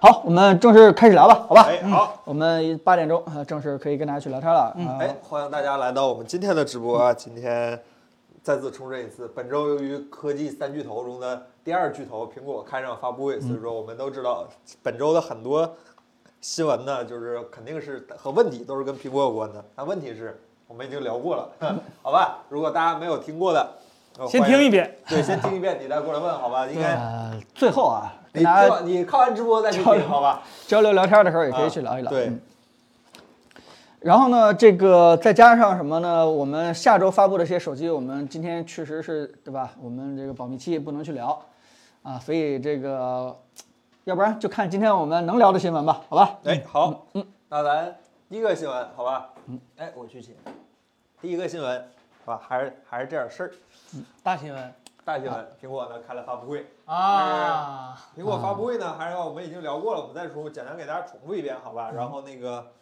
好，我们正式开始聊吧，好吧？ 哎，嗯好，我们八点钟呃正式可以跟大家去聊天了。嗯哎，欢迎大家来到我们今天的直播啊！今天再次重申一次，本周由于科技三巨头中的第二巨头苹果开上发布会，所以说我们都知道本周的很多新闻呢，就是肯定是和问题都是跟苹果有 关的。但问题是，我们已经聊过了， 好吧？如果大家没有听过的，呃先听一，遍，欢迎对，先听一遍，你再过来问，好吧？应该哎呃，最后啊，跟你大听家完你看完直播再去听，好吧？交流聊天的时候也可以啊去聊一聊。对嗯，然后呢，这个再加上什么呢？我们下周发布的这些手机，我们今天确实是对吧？我们这个保密期不能去聊啊，所以这个要不然就看今天我们能聊的新闻吧，好吧？哎，好，嗯，那咱第一个新闻，好吧？嗯，哎，我去写。第一个新闻，好吧，还是还是这点事儿。大新闻大新闻，苹果呢开了发布会。啊！苹果发布会呢，还是要我们已经聊过了，我们再说，简单给大家重复一遍，好吧？然后那个，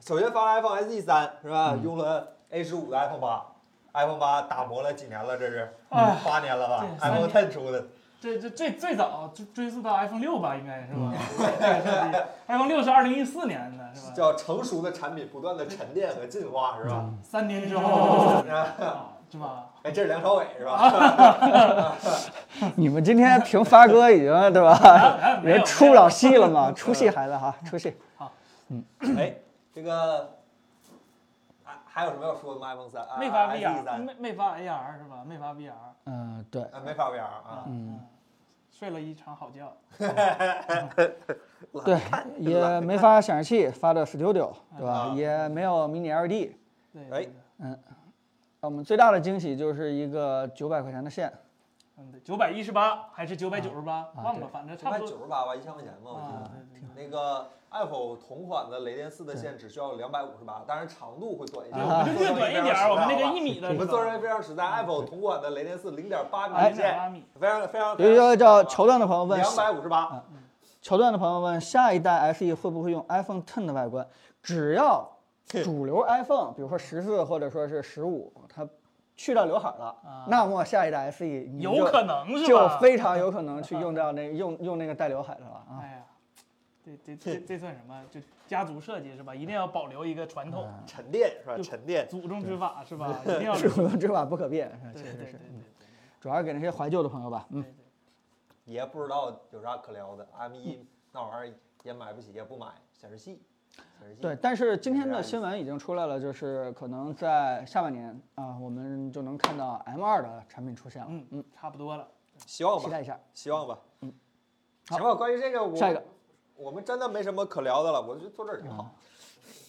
首先发了 iPhone SE 三，是吧？用了 A 十五的 iPhone 八，iPhone 八打磨了几年了？这是哎八年了吧对三？iPhone 年 ten 出的，这这这最早追追溯到 iPhone 六吧，应该是嗯 吧？这个设计 iPhone 六是二零一四年的，是吧？叫成熟的产品不断的沉淀和进化，是吧？三年之后， 啊是吧？哎，这是梁朝伟是吧？ 你们今天凭发哥已经对吧啊？没有 人出不了戏 了嘛，出戏孩子哈，出戏。嗯哎，这个还还有什么要说的吗？iPhone 三没啊发 SE VR，啊三没没发 AR 是吧？没发 VR 嗯，对。啊，没法 VR 啊啊，，嗯睡了一场好觉，对，也没发显示器，发的 Studio，对吧？啊也没有 Mini LED。对，哎对对 E 我们最大的惊喜就是一个九百块钱的线，嗯，对，九百一十八还是九百九十啊八，忘了，反正九差百不多九十八吧，一千块钱吧，我记啊得。。嗯对对对那个 Apple 同款的雷电四的线只需要两百五十八，当然长度会短一对，点。我们就略短一点儿，我们那个一米的，啊我们做人非常实在，Apple 同款的雷电四零点八零米点线，八米，非常非常。有一个啊叫桥段的朋友问，两百五十八，桥段的朋友问，下一代 SE 会不会用 iPhone 10的外观？只要主流 iPhone，比如说十四或者说是十五，它去掉刘海了，啊那么下一代 SE 你就有可能是就吧？非常有可能 去用到那用用那个带刘海的了啊。哎呀，这这这这算什么？就家族设计是吧？一定要保留一个传统，嗯沉淀是吧？就沉淀。祖宗之法是吧？一定 要留。主流之法不可变，对确对实对对是，主要是给那些怀旧的朋友吧，嗯对。对也不知道有啥可聊的，M1 嗯那玩意儿也买不起，也不买显示器，显示器。对，，但是今是天这的样意新闻已经出来了，就是可能在下半年啊、我们就能看到 M 2的产品出现了。嗯嗯，差不多了。希望期吧，待一下。希望吧。嗯。好行吧，关于这个，我下一个，我们真的没什么可聊的了，我就坐这儿挺好。嗯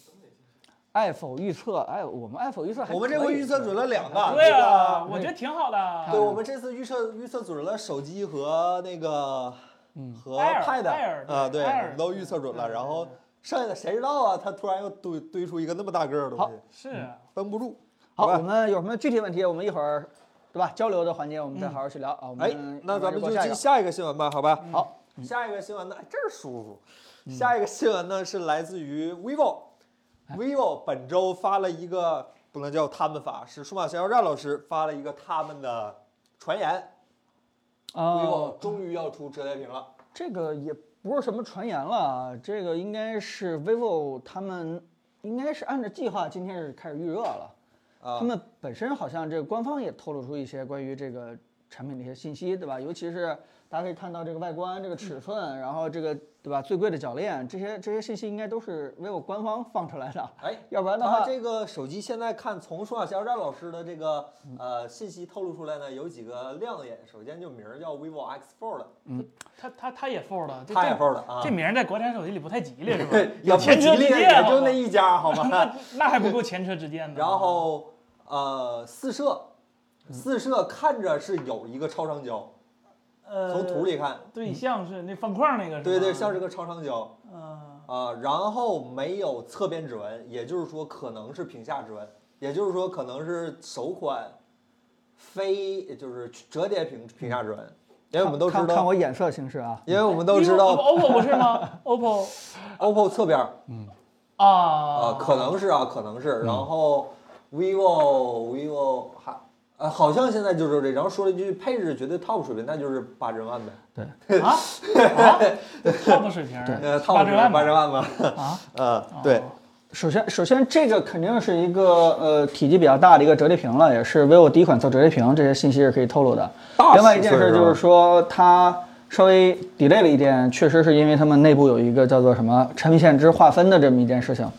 爱否预测？哎，我们爱否预测还我们这可回以预测准了两个，对啊啊，，我觉得挺好嗯的。对，我们这次预测预测准了手机和那个，嗯和艾尔 Pad 艾尔啊，对，艾尔我们都预测准了。对然后对对剩下的谁知道啊？他突然又堆堆出一个那么大个儿的东西，是啊绷不住。好，我吧们有什么具体问题，我们一会儿对吧？交流的环节我们再好好去聊、啊。我们哎，那咱们就一会儿直播下一进个下一个新闻吧，好吧？好，下一个新闻呢，哎，这儿舒服。下一个新闻呢是来自于 vivo，vivo 本周发了一个不能叫他们发，是数码闲聊站老师发了一个他们的传言哦、 ，vivo 终于要出折叠屏了。这个也不是什么传言了，啊，这个应该是 vivo 他们应该是按照计划，今天是开始预热了。啊他，们本身好像这个官方也透露出一些关于这个产品的一些信息，对吧？尤其是大家可以看到这个外观、这个嗯尺寸，然后这个对吧？最贵的铰链，这些这些信息应该都是 vivo 官方放出来的，哎，要不然的他话，这个手机现在看从数码闲聊站老师的这个呃信息透露出来呢，有几个亮点。首先就名儿叫 vivo X Fold，他他他也 fold 了，这太这 Fold 了啊？这，名儿在国产手机里不太吉利是吧也不吉前车利之鉴的也好就吗那一家，好吧？那那还不够前车之鉴呢。 然后呃，四摄，四摄看着是有一个超长焦，呃，从图里看，对像是那方框呃那个是吧？对嗯对，像是个超长焦嗯啊、然后没有侧边指纹，也就是说可能是屏下指纹，也就是说可能是首款非就是折叠屏屏下指纹，因为我们都知看看道，我眼色行事啊。因为我们都知道 OPPO 不是吗 ？OPPO OPPO 侧边儿啊、啊，嗯可能是啊，可能是，然后 vivo vivo 还呃，好像现在就只有这，然后说了一句配置绝对 top 水平，那就是八十万呗，啊啊，top 水平，呃八，top 十万八吧十万吧， 啊，嗯，对，首先，首先这个肯定是一个呃体积比较大的一个折叠屏了，也是 vivo 第一款做折叠屏，这些信息是可以透露的。大另外一尺件寸事是就吧是说，它稍微 delay 了一点，确实是因为他们内部有一个叫做什么产品线之划分的这么一件事情，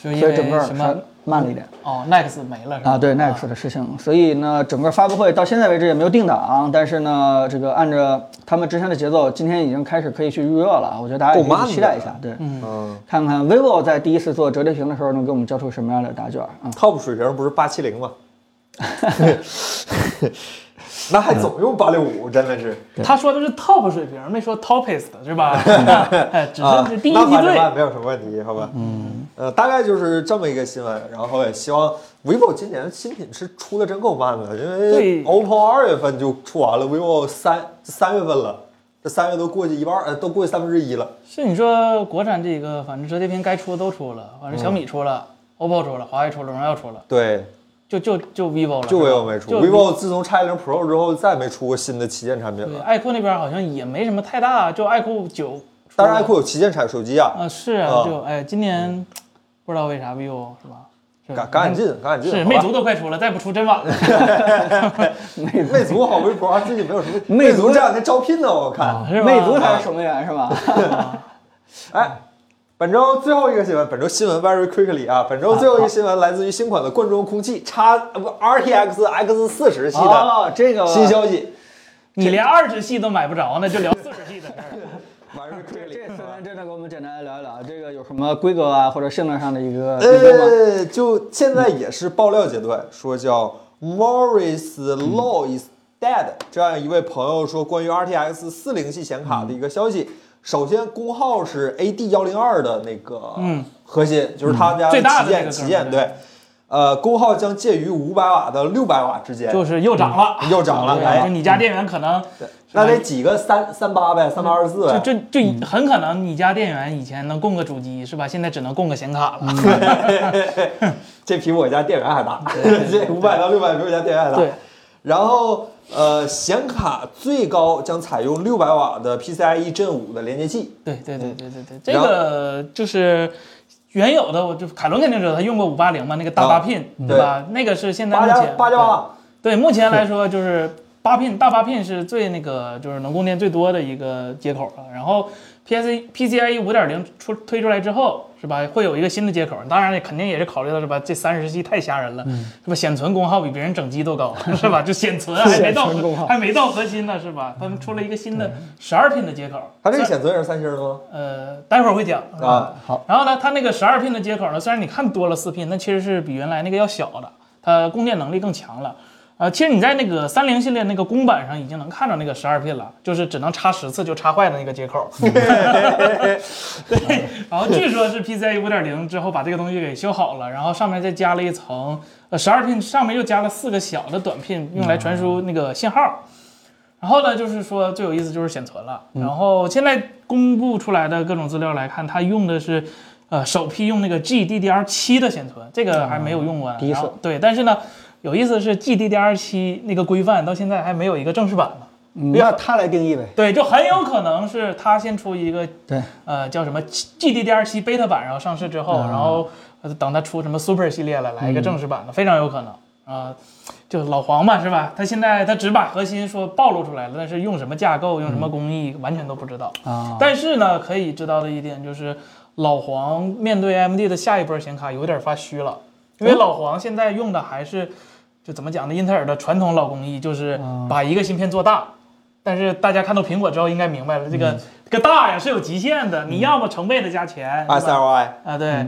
就因所以为整个儿什么是慢了一点。哦，Nex 没了是吧？啊，对 Next 的事情，所以呢，整个发布会到现在为止也没有定档，但是呢，这个按照他们之前的节奏，今天已经开始可以去预热了，啊我觉得大家也够慢可以的期待一下，对，嗯看看 vivo 在第一次做折叠屏的时候能给我们交出什么样的答卷啊、嗯，top 水平不是八七 零吗？ 那还总用八六五，真的是他说的是 top 水平，没说 topest 是 吧？哎，只啊是这第一，那梯八十队万没有什么问题，好吧？嗯，呃，大概就是这么一个新闻，然后也希望 vivo 今年新品是出的真够慢的，因为对 OPPO 二月份就出完了，vivo 三三月份了，这三月都过去一半儿，呃，都过去三分之一了。是你说国产这个，反正折叠屏该出的都出了，反正小米嗯出了、o p p o 出了，华为出了，荣耀出了，对，就就就 vivo 了，就是吧 vivo 没出就，vivo 自从 X 零 Pro 之后再没出过新的旗舰产品对，了。爱酷那边好像也没什么太大，就爱酷九，但是 iQOO 有旗舰产手机啊，啊是啊，啊就哎今年不知道为啥 vivo 是吧？是赶赶紧进，赶紧进。是好吧魅族都快出了，再不出真晚了。魅族好微博啊，最近没有什么。魅魅族族这两天招聘呢，我看。啊是吧魅族才是守门员是 吧？哎，本周最后一个新闻，本周新闻 very quickly 啊，本周最后一个新闻来自于新款的冠装空气叉呃不 RTX X 四十系的哦，这个新消息。你连二十系都买不着呢，就聊四十系的事儿。 very 这 quickly 这次呢，真的给我们简单来聊一聊，这个有什么规格啊，或者性能上的一个提升吗？呃，就现在也是爆料阶段，说叫 Morris Law is dead，这样一位朋友说关于 RTX 四零系显卡的一个消息。首先，工号是 AD 幺零二的那个核心，就是他家嗯最大的旗那舰个旗舰哥们儿对，呃，功耗将介于五百瓦到六百瓦之间，就是又涨了，又涨了，对就哎，嗯你家店员可能那得几个三三八呗，三八二十四就呗，就就很可能你家店员以前能供个主机是吧？现在只能供个显卡了。嗯这比我家电源还大， 这五百到六百比我家电源还大。对，然后呃，显卡最高将采用六百瓦的 PCIe E 阵五的连接器。 对对对对对对，这然后个就是原有的，我就凯伦肯定知道，他用过五八零嘛，那个大八啊 pin，、嗯对吧？那个是现在八目加前八加八，对目前来说就是八 pin 大八 pin 是最那个就是能供电最多的一个接口了。然后 E，PS PCIe 五点零出推出来之后是吧，会有一个新的接口。当然也肯定也是考虑到是吧，这三十系太吓人了，嗯是吧？显存功耗比别人整机 都高是吧？就显存啊还没到显存功耗还没到核心呢是吧？他们出了一个新的十二 pin 的接口，它这个显存也是三星的吗？呃，待会儿会讲。啊，好，然后呢，它那个十二 pin 的接口呢，虽然你看多了四 pin，但其实是比原来那个要小的，它供电能力更强了。呃，其实你在那个三菱系列那个公版上已经能看到那个十二 pin 了，就是只能插十次就插坏的那个接口。对， 然后据说是 PCIe 五点零之后把这个东西给修好了，然后上面再加了一层，呃，十二 pin 上面又加了四个小的短 pin，用来传嗯输那个信号。然后呢，就是说最有意思就是显存了。嗯然后现在公布出来的各种资料来看，它用的是，呃，首批用那个 GDDR7 的显存，这个还没有用过呢。嗯第一次然后对，但是呢，有意思是 GDDR7 那个规范到现在还没有一个正式版呢。嗯那它来定义呗。对，就很有可能是它先出一个对，呃叫什么 GDDR7 beta 版，然后上市之后，然后呃等它出什么 Super 系列了，来一个正式版的，非常有可能啊、就老黄嘛，是吧？他现在他只把核心说暴露出来了，但是用什么架构、用什么工艺，完全都不知道。啊，但是呢，可以知道的一点就是，老黄面对 AMD 的下一波显卡有点发虚了，因为老黄现在用的还是，就怎么讲呢？英特尔的传统老工艺就是把一个芯片做大。但是大家看到苹果之后应该明白了，这个、这个大呀是有极限的，你要么成倍的加钱，是吧 SLI 啊，对。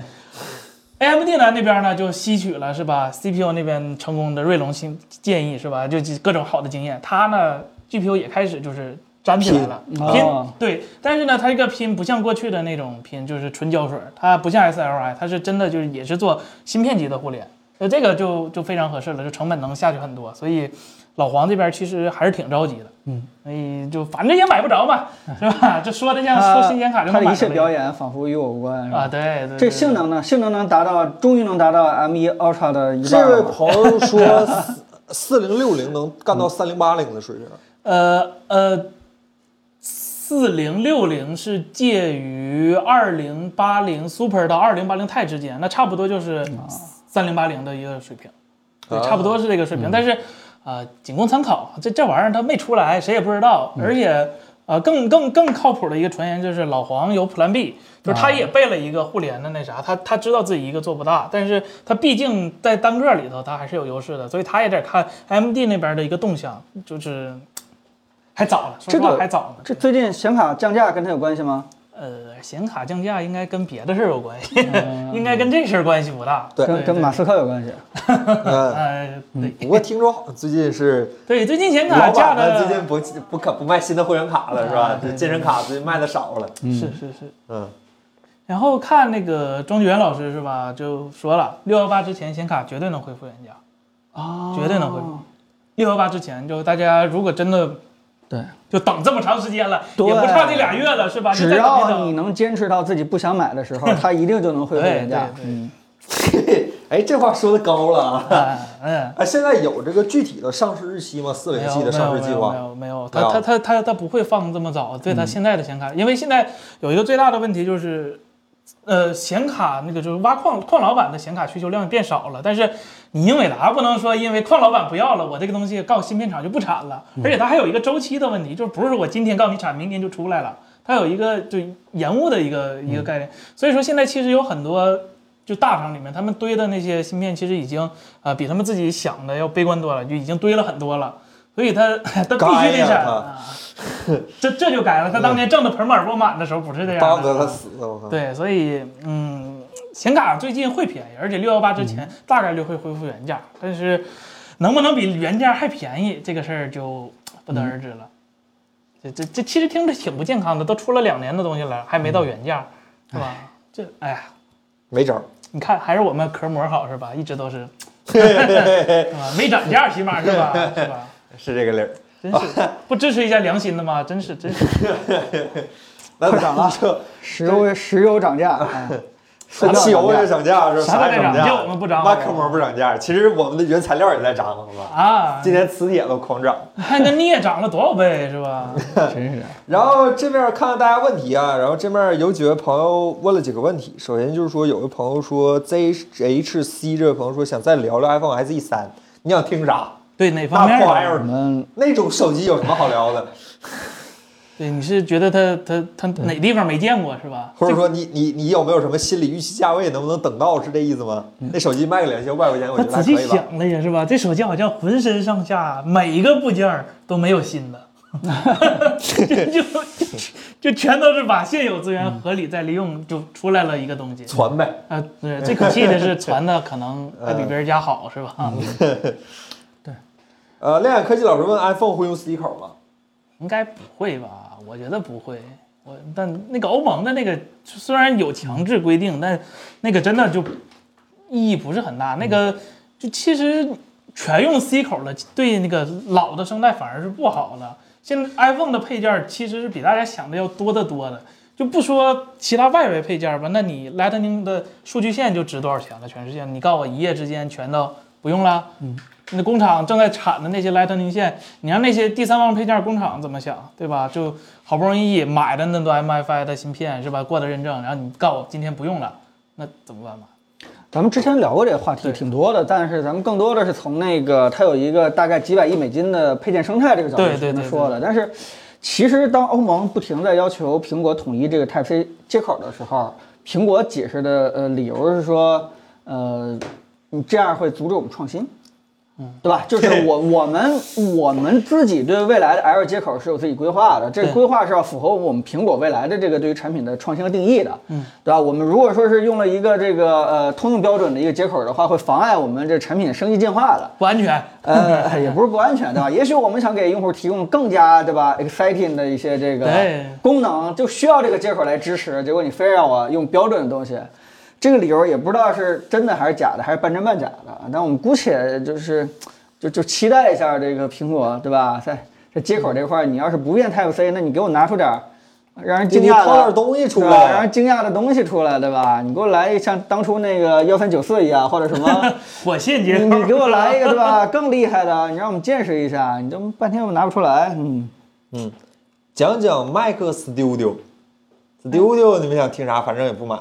AMD 呢那边呢就吸取了是吧？CPU 那边成功的锐龙新建议是吧？就各种好的经验，它呢 GPU 也开始就是粘起来了，拼拼、哦对，但是呢它这个拼不像过去的那种拼，就是纯胶水，它不像 SLI，它是真的就是也是做芯片级的互联，那这个就就非常合适了，就成本能下去很多，所以老黄这边其实还是挺着急的，嗯，所以就反正也买不着嘛，是吧？ 这说的像说新显卡就它能的买一切着表了演仿佛与我无关，是吧？啊，对对，这对个性能呢？性能能达到，终于能达到 M1 Ultra 的一半这位了吗？朋友说，四零六零能干到三零八零的水 平，呃呃，四零六零是介于二零八零 Super 到二零八零 i 之间，那差不多就是三零八零的一个水平，对，啊差不多是这个水平。但是啊、呃仅供参考，这这玩意儿它没出来，谁也不知道，而且。呃，更更更靠谱的一个传言就是老黄有 Plan B，就是他也备了一个互联的那啥，他他知道自己一个做不大，但是他毕竟在单个里头他还是有优势的，所以他也得看 MD 那边的一个动向，就是还早了，说实这话个还早呢。这最近显卡降价跟它有关系吗？呃，显卡降价应该跟别的事儿有关系，嗯 应该跟这事儿关系不大。对跟跟马斯克有关系？嗯，呃，对不过听说好像最近是对，最近显卡老价板们的最近不不可不卖新的会员卡了是吧啊？对这健身卡最近卖的少了，是是是。嗯， 然后看那个庄园老师是吧，就说了，六幺八之前显卡绝对能恢复原价，啊哦绝对能恢复。六幺八之前就大家如果真的对，就等这么长时间了，对也不差这俩月了是吧？就只再等一要你等。能坚持到自己不想买的时 候，它一定就能恢复对原价对。对嗯，哎，这话说的高了啊。哎嗯。啊，现在有这个具体的上市日期吗？四没零有系的上市计没划？嗯有没有，没有没有他他他他他不会放这么早，对他现在的显卡，因为现在有一个最大的问题就是，呃，显卡那个就是挖矿矿老板的显卡需求量变少了，但是你英伟达不能说因为矿老板不要了，我这个东西告芯片厂就不产了，嗯而且它还有一个周期的问题，就是不是我今天告你产，明天就出来了，它有一个就延误的一个一个概嗯念，所以说现在其实有很多。就大厂里面，他们堆的那些芯片，其实已经呃比他们自己想的要悲观多了，就已经堆了很多了。所以 他他必须该呀得闪他啊，这这就改了。他当年挣的盆满钵满的时候不是这巴样不得他的。死呢！我靠，对，所以嗯，显卡最近会便宜，而且六幺八之前大概率会恢复原价，但是能不能比原价还便宜，这个事儿就不得而知了。这这这其实听着挺不健康的，都出了两年的东西了，还没到原价，是吧？这哎呀，没招儿。你看还是我们壳膜好是吧？一直都是，是吧？没涨价起码是吧？是吧？是这个理儿。真是不支持一下良心的吗？真是真是，那快涨了咱们石油石油涨价，哎就汽油也涨价是吧？啥都啥也在涨价，就我们不涨挖坑膜不涨价。其实我们的原材料也在涨，好吧？啊今，天磁铁都狂涨。看那镍涨了多少倍是吧？真是然后这面看看大家问题啊，然后这面有几位朋友问了几个问题。首先就是说，有位朋友说 ZHC 这位朋友说想再聊聊 iPhone SE 三，你想听啥？对哪那方面啊破玩意的？我儿，们那种手机有什么好聊的？对，你是觉得他他他哪地方没见过是吧？或者说你你你有没有什么心理预期价位，能不能等到是这意思吗？那手机卖个两千五百块钱，我嗯他觉得仔还细可以吧。想了一下是吧？这手机好像浑身上下每一个部件儿都没有新的， 就就就全都是把现有资源合理再利用，就出来了一个东西。传呗，啊，对，最可气的 是传的可能还比别人家好是吧？嗯呃，亮眼科技老师问 iPhone 会用 C 口吗？应该不会吧？我觉得不会。我但那个欧盟的那个虽然有强制规定，但那个真的就意义不是很大。那个就其实全用 C 口了，对那个老的声带反而是不好了。现在 iPhone 的配件儿其实是比大家想的要多得多的。就不说其他外围配件儿吧，那你 Lightning 的数据线就值多少钱了？全世界，你告诉我一夜之间全都不用了？那工厂正在产的那些 Lightning 线，你让那些第三方配件工厂怎么想，对吧？就好不容易买的那段 MFI 的芯片是吧，过的认证，然后你告诉我今天不用了，那怎么办嘛？咱们之前聊过这个话题对挺多的，但是咱们更多的是从那个它有一个大概几百亿美金的配件生态这个角度对去对跟他对说的。但是其实当欧盟不停在要求苹果统一这个 Type C 接口的时候，苹果解释的呃理由是说，呃，你这样会阻止我们创新。对吧？就是我我们我们自己对未来的 L 接口是有自己规划的，这个对规划是要符合我们苹果未来的这个对于产品的创新和定义的，嗯，对吧？我们如果说是用了一个这个呃通用标准的一个接口的话，会妨碍我们这产品升级进化的。不安全。 呃，也不是不安全，对吧？也许我们想给用户提供更加，对吧，exciting 的一些这个对功能，就需要这个接口来支持。结果你非让我用标准的东西，这个理由也不知道是真的还是假的，还是半真半假的。但我们姑且就是，就就期待一下这个苹果，对吧？在这接口这块儿，你要是不变 Type C，那你给我拿出点儿让人你惊你讶掏的点。东西出对啊吧？让来啊人，惊讶的东西出来，对吧？你给我来一像当初那个幺三九四一样，或者什么，火线你接 你给我来一个，对吧？更厉害的，你让我们见识一下。你这么半天我拿不出来，嗯，讲讲 Mac Studio。Studio，你们想听啥？反正也不 买。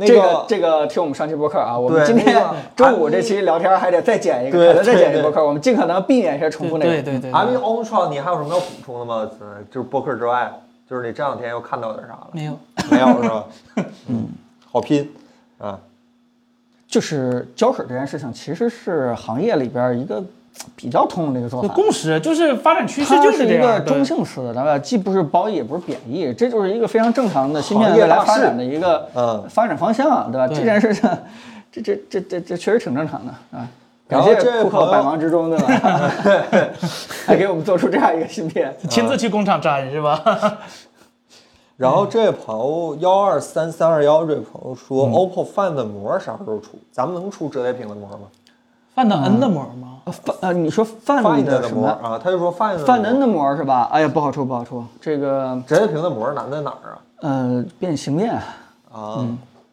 那这个这个听我们上期播客啊，我们对今天那个 中午这期聊天还得再剪一个，对可能再对剪一个对播客，我们尽可能避免一些重复内容。对对对对，阿 m Ultra，你还有什么要补充的吗？呃就是播客之外，就是你这两天又看到点啥了？没有，没有是 吧？嗯，好拼啊！就是胶水这件事情，其实是行业里边一个比较通用的一个做有法。共识就是发展趋势它就是这一个样。对中性词，咱们既不是褒义，也不是贬义，这就是一个非常正常的芯片行业未来大发势展的一个嗯发展方向啊，对吧？对这件事情，这这这这这确实挺正常的啊。然感后谢这位库朋克友百忙之中，对吧？还给我们做出这样一个芯片，亲自去工厂粘是吧？ 然后这位朋友幺二三三二幺这位朋友嗯说、o p p o Find 的膜啥时候出？咱们能出折叠屏的膜吗嗯犯到 N 的膜吗？啊范呃，你说范？Find 的的什膜么？啊，他就说 Find 范的恩的膜膜是吧？哎呀，不好出，不好出。这个折叠屏的膜难在哪儿啊？呃，变形面啊，啊，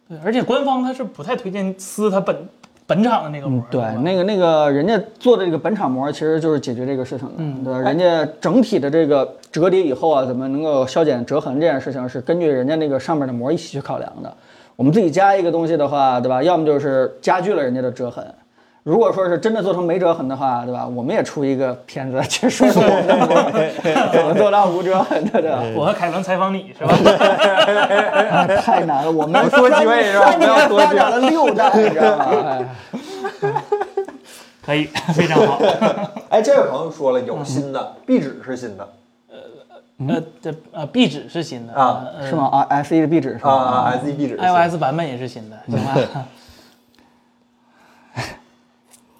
对，而且官方它是不太推荐撕它本本厂的那个膜。嗯对是，吧那个那个人家做的这个本厂膜，其实就是解决这个事情的。嗯，对吧，哎人家整体的这个折叠以后啊，怎么能够消减折痕这件事情，是根据人家那个上面的膜一起去考量的。我们自己加一个东西的话，对吧？要么就是加剧了人家的折痕。如果说是真的做成没折痕的话，对吧？我们也出一个片子，去说说我们的膜怎么做到无折痕的，对吧？我和凯文采访你是吧？ 啊太难了，我们哎多几位是吧三年不要多发几位展了六代，你知道吗？哎可以，非常好。哎，这位朋友说了有新的，嗯壁纸是新的呃，这呃壁纸是新的啊呃是吗？啊，S E 的壁纸是吧？啊，SE 壁纸是新的。 iOS 版本也是新的， 行吧？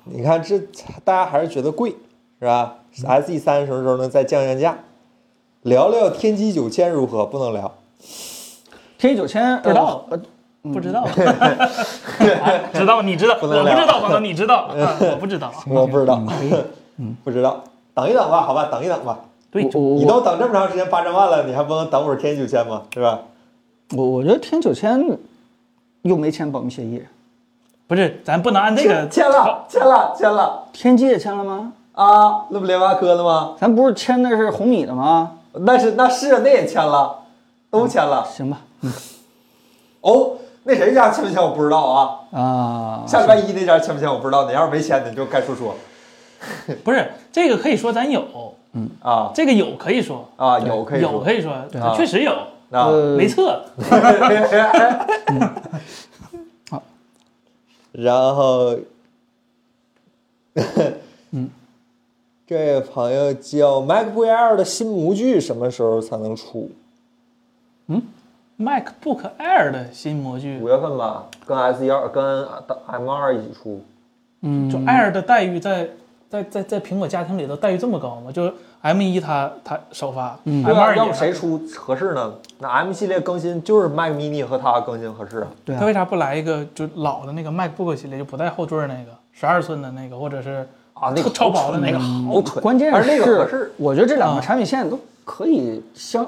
你看这大家还是觉得贵是吧？SE 三什么时候能再降降价？聊聊天玑九千如何？不能聊。天玑九千不知道呃 不知道，知道你知道，我能不聊知道，可能你知 道，啊我不知道。我不知道，嗯 不知道，等一等吧，好吧，等一等吧。 对，我你我都等这么长时间八trăm万了，你还不能等会儿天玑九千吗？是吧？我我觉得天九千又没签保密协议，不是，咱不能按这个签了，签了，签了天玑也签了吗？啊！那不联发科的吗？咱不是签的是红米的吗？那是那是啊那也签了，都签了。行吧，哦，那谁家签没签我不知道啊。啊，下礼拜一那家签没签我不知道，你要是没签，你就该说说不是这个可以说咱有，啊这个有可以说，啊，有可以有说可以说啊，确实有，啊。呃没测。然后，嗯，这位朋友叫 MacBook Air 的新模具什么时候才能出？ MacBook Air 的新模具五，月份吧，跟 S 一二跟 M 二一起出。就 Air 的待遇在在在在苹果家庭里头待遇这么高吗？就是 M 一它它首发，M 对啊，二要不谁也，出合适呢？那 M 系列更新就是 Mac mini 和它更新合适啊。对它啊，为啥不来一个就老的那个 MacBook 系列，就不带后缀那个十二寸的那个，或者是啊，那个超薄的那个好蠢，关键而那是个合适。我觉得这两个啊产品线都可以相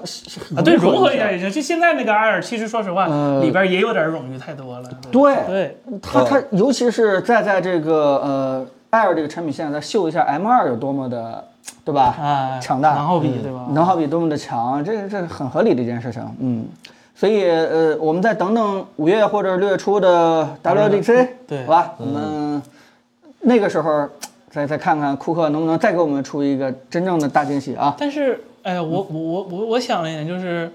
啊，对，融融合一下下。也行。就现在那个 Air，其实说实话，呃里边也有点冗余太多了。对对，哦它它尤其是在在这个呃 Air 这个产品线再秀一下 M 二有多么的，对吧？啊，强大然后比对吧？能好比多么的强，这这很合理的一件事情，嗯，所以呃，我们再等等五月或者六月初的 WDC，对嗯好吧，我们那个时候再再看看库克能不能再给我们出一个真正的大惊喜啊！但是，哎，我我我我我想了一点，就是，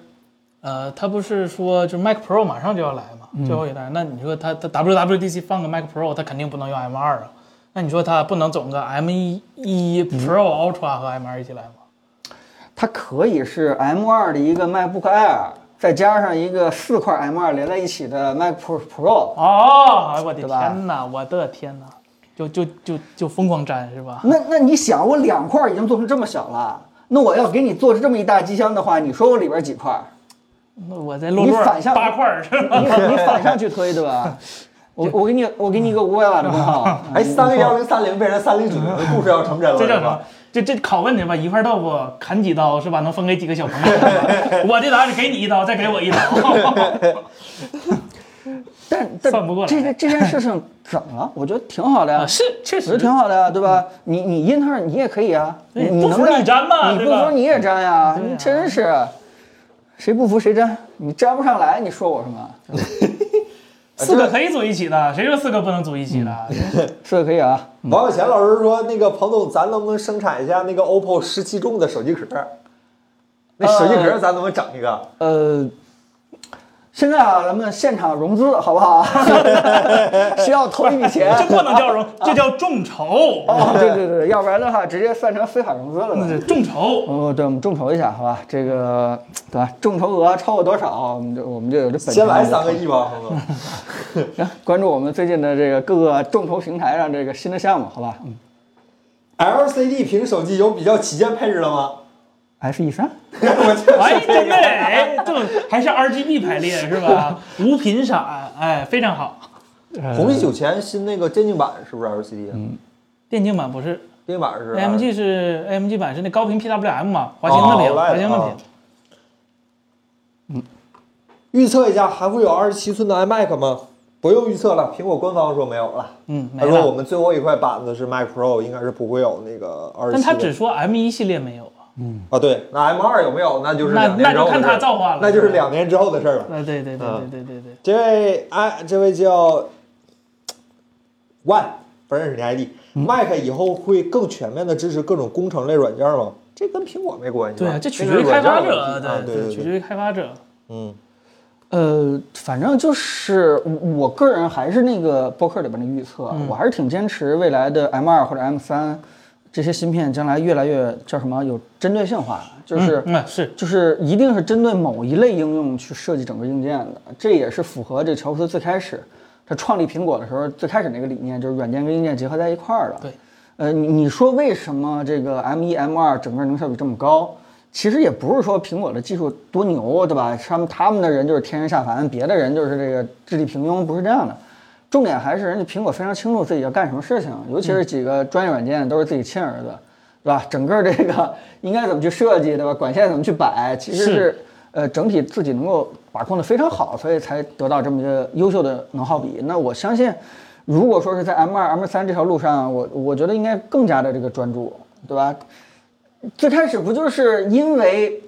呃，他不是说就是 Mac Pro 马上就要来嘛，最后一代。那你说他他 WWDC 放个 Mac Pro，他肯定不能用 M 二啊。那你说他不能总个 M 一一 Pro Ultra 和 M 二一起来吗？它可以是 M 二的一个 MacBook Air，再加上一个四块 M 二连在一起的 Mac Pro Pro，哦，哎我的对吧天哪，我的天哪，就就就就疯狂粘是吧？那那你想，我两块已经做成这么小了，那我要给你做成这么一大机箱的话，你说我里边几块？那我在落落你反向八块儿是吧？你你反向去 推对吧？我我给 你我给你一个五百瓦的功耗，哎，三个幺零三零变成三零九零的故事要成真了，这叫是什么吧？？这这拷问你吧，一块豆腐砍几刀是吧？能分给几个小朋友？ 我的答案是给你一刀，再给我一刀，但但算不过来这件这件事情怎么了？我觉得挺好的呀、啊是确我觉得实挺好的呀、对吧？你你英特尔你也可以啊，你对哎不能服干你粘嘛你对不吧服你也粘呀、对你啊真是谁不服谁粘，你粘不上来，你说我什么？四个可以组一起的，谁说四个不能组一起的？ 说的可以啊，王小贤老师说，那个彭总，咱能不能生产一下那个 OPPO 十七中的手机壳？那手机壳咱能不能整一个？呃。现在啊，咱们现场融资好不好？ 需要投一笔钱。这不能叫融，这叫众筹，哦，对对对，要不然的话，直接算成非法融资了那呢。是众筹。哦，对，我们众筹一下，好吧？这个对吧？众筹额超过多少，我们就我们就有这本钱。先来三个亿吧，彭总。行， 关注我们最近的这个各个众筹平台上这个新的项目，好吧？嗯 LCD 屏手机有比较旗舰配置了吗？ ，F E 三，我就哎，真的哎，这种还是 RGB 排列是吧？无频闪，哎，非常好。红米九千新那个电竞版是不是 LCD？嗯，电竞版不是电竞版是啊 AMG 是 AMG 版是那高频 PWM 嘛，华星的哦屏， ，OLED 华星的啊屏。预测一下还会有二十七寸的 iMac 吗？不用预测了，苹果官方说没有了。嗯，没他说我了。们最后一块板子是 Mac Pro，应该是不会有那个二十但七。他只说 M 一系列没有啊。啊，对，那 M 二有没有？那就是那两年之后的那就看他事儿造化了那就是两年之后的事儿了。呃，对对对嗯对对对对，这位哎，这位叫 One，不认识你 ID。Mac 嗯以后会更全面的支持各种工程类软件吗？这跟苹果没关系对吧。啊，这取个决于是开软件发的问者，题啊对对，取对，决于开发者。嗯，呃，反正就是我个人还是那个播客里边的预测，我还是挺坚持未来的 M 二或者 M 三这些芯片将来越来越叫什么有针对性化，就是、嗯，嗯是就是一定是针对某一类应用去设计整个硬件的，这也是符合这乔布斯最开始他创立苹果的时候最开始那个理念，就是软件跟硬件结合在一块儿的。对，呃，你你说为什么这个 M 一 M 二整个能效比这么高？其实也不是说苹果的技术多牛，对吧？他们他们的人就是天人下凡，别的人就是这个智力平庸，不是这样的。重点还是人家苹果非常清楚自己要干什么事情，尤其是几个专业软件都是自己亲儿子，对吧？整个这个应该怎么去设计，对吧？管线怎么去摆，其实是是呃整体自己能够把控的非常好，所以才得到这么一个优秀的能耗比。那我相信，如果说是在 M 二、M 三这条路上，我我觉得应该更加的这个专注，对吧？最开始不就是因为，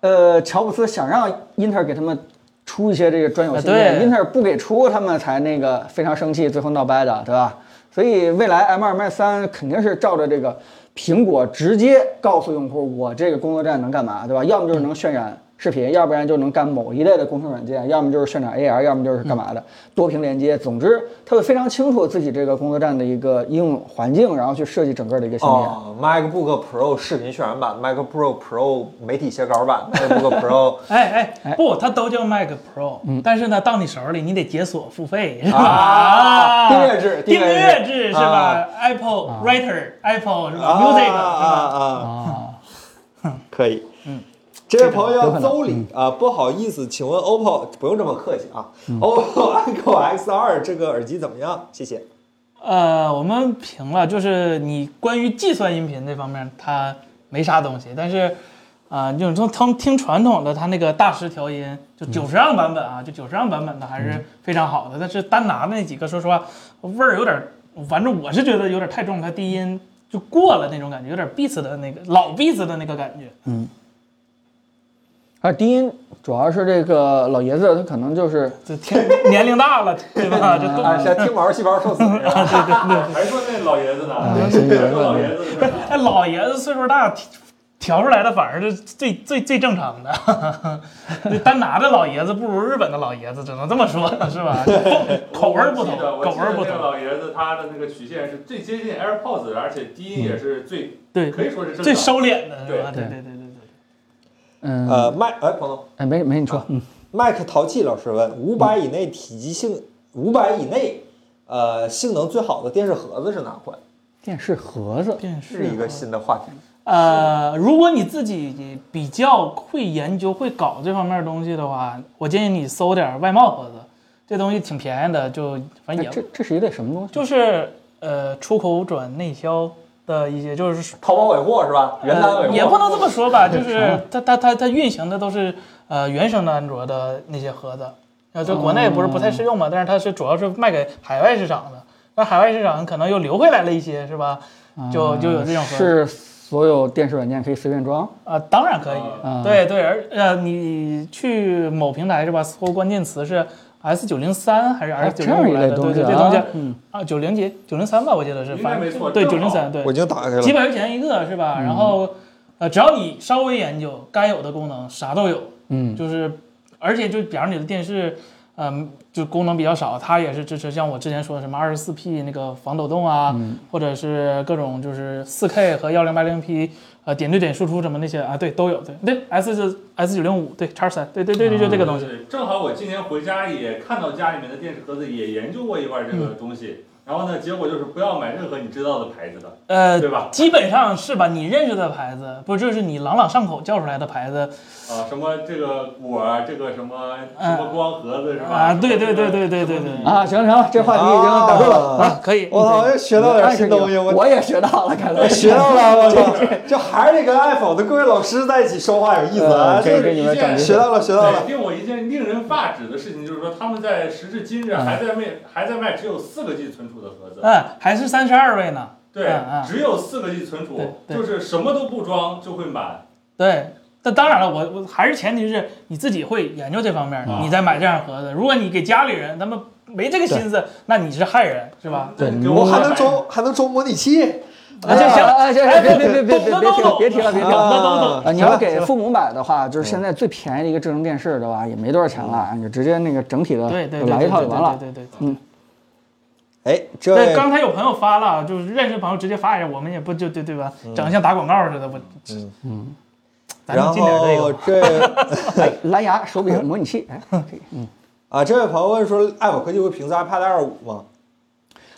呃，乔布斯想让英特尔给他们出一些这个专有芯啊片，对英特尔不给出，他们才那个非常生气，最后闹掰的，对吧？所以未来 M 二、M 三肯定是照着这个苹果直接告诉用户，我这个工作站能干嘛，对吧？要么就是能渲染视频，要不然就能干某一类的工程软件，要么就是渲染 AR，要么就是干嘛嗯的多屏连接。总之，他会非常清楚自己这个工作站的一个应用环境，然后去设计整个的一个芯片。哦，MacBook Pro 视频渲染版，Mac Pro Pro 媒体写稿版，MacBook Pro 哎哎，不，它都叫 Mac Pro，、但是呢，到你手里你得解锁付费，是吧？啊订阅制订订阅阅制制是吧、a p p l e Writer、Apple 是吧、啊 m u s i c 是啊吧？啊啊！哦可以，嗯，这位朋友叫邹李啊，不好意思，请问 OPPO 不用这么客气啊，OPPO Echo X 二这个耳机怎么样？谢谢。呃，我们评了，就是你关于计算音频这方面它没啥东西，但是啊、就是从从听传统的它那个大师调音，就九十让版本啊，就九十让版本的还是非常好的，但是单拿那几个，说实话味儿有点儿，反正我是觉得有点儿太重，它低音就过了那种感觉，有点 Beats 的那个老 Beats 的那个感觉。啊，低音主要是这个老爷子，他可能就是就听年龄大了，对吧？就啊，都像听毛细胞受损一样。还说那老爷子呢？说老爷子呢？哎，老爷子岁数大，调调出来的反而是最最最正常的。 这单拿的老爷子不如日本的老爷子，只能这么说，是吧？口味儿不同，我口记味儿得不那个同，老爷子他的那个曲线是最接近 AirPods 的，而且低音也是最对，可以说是正嗯常最收敛的，是吧？对对对对对嗯，呃，麦哎，彭总，哎，没没呃你说，嗯，麦克淘气老师问：五百以内体积性，五百以内，呃，性能最好的电视盒子是哪款？电视盒子对，电视啊是一个新的话题。呃，如果你自己比较会研究、会搞这方面东西的话，我建议你搜点儿外贸盒子，这东西挺便宜的，就反哎正也这这是一类什么东西？就是呃出口转内销，的一些，就是淘宝尾货是吧？原单尾呃货也不能这么说吧，就是它它它它运行的都是呃原生的安卓的那些盒子，呃，就国内不是不太适用嘛，但是它是主要是卖给海外市场的，那海外市场可能又留回来了一些，是吧？就就有这种盒子。啊嗯是所有电视软件可以随便装啊，当然可以，啊？，对对，而呃，你去某平台是吧？搜关键词是 S 九零三哎还是还 S 啊哎这九样零一五来类的？东对西对，啊，这东西嗯，啊，九零几九零三吧，我记得是，应反该正没错，对九正零好三，对我已，经打开了几。百块钱一个是吧？然后呃，只要你稍微研究，该有的功能啥都有，嗯，就是而且就比方你的电视。嗯，就功能比较少，它也是支持像我之前说的什么二十四 P 那个防抖动啊，或者是各种就是四 K 和幺零八零 P 呃点对点输出什么那些啊，对都有，对对 S 是 S 九零五，对叉三，对对对对，就这个东西。对。正好我今年回家也看到家里面的电视盒子，也研究过一块这嗯个东西。然后呢，结果就是不要买任何你知道的牌子的，呃，对吧？基本上是吧？你认识的牌子，不就是你朗朗上口叫出来的牌子啊，什么这个果儿，这个什么什么光盒子是吧？嗯啊？对对对对对对对啊，行了行了，这话题已经打住了。啊，可以。我操，又学到点新东西，我我哎也学到了，感觉学到了， 我操，就还是得跟爱否的各位老师在一起说话有意思啊，呃可以这跟你们这感个觉学到了，学到了对，令我一件令人发指的事情就是说，他们在时至今日还在卖，还在卖只有四个 G 存储的盒子。嗯，还是三十二位呢。对，嗯嗯只有四个 G 存储，对对就是什么都不装就会满。对，但当然了，我我还是前提是你自己会研究这方面，啊你再买这样盒子。如果你给家里人，他们没这个心思，那你是害人，是吧？对那给我我还能买装，还能装模拟器，啊就行哎，行行，别别别别别别提了，别提了，别提了。啊啊，你要给父母买的话，就是现在最便宜的一个智能电视，对吧？也没多少钱了，你就直接那个整体的嗯对对对，就来一套就完了。嗯对对对对。哎，这对，位刚才有朋友发了，就是认识朋友直接发一下，我们也不就对对吧？整得像打广告似的，我嗯嗯，咱然们进点这后个吧。这哎蓝牙手柄模拟器，哎，可以嗯。啊，这位朋友问说，爱否科技会评测 iPad 二五吗？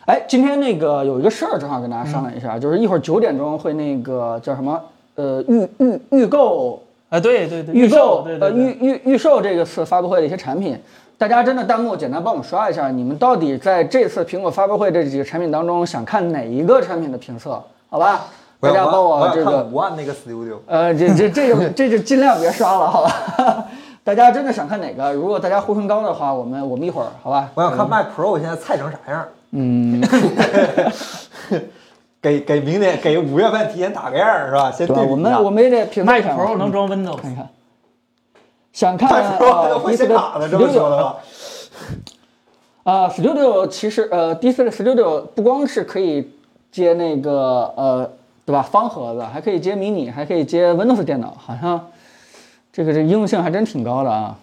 哎，今天那个有一个事儿，正好跟大家商量一嗯下，就是一会儿九点钟会那个叫什么？呃，预预预购啊，对对对，预售对呃对预对，预预售这个次发布会的一些产品，大家真的弹幕简单帮我们刷一下，你们到底在这次苹果发布会这几个产品当中想看哪一个产品的评测？好吧，大家帮我我要这看个五万那个 Studio，呃这这这就这就尽量别刷了，好吧？ 大家真的想看哪个？如果大家呼声高的话，我们我们一会儿好吧？我想看 Mac Pro 现在菜成啥样。嗯， 给给明年给五月份提前打个样儿是吧？先对吧？对比我一下们我们也得评测 Mac 一下嘛 Pro 能装嗯看 Windows，一看，想看太啊说了，会迪斯显科卡的这么说的话，啊、s t u d i o 其实呃第四个 Studio 不光是可以接那个呃对吧方盒子，还可以接 mini，还可以接 Windows 电脑，好像这个这应用性还真挺高的啊。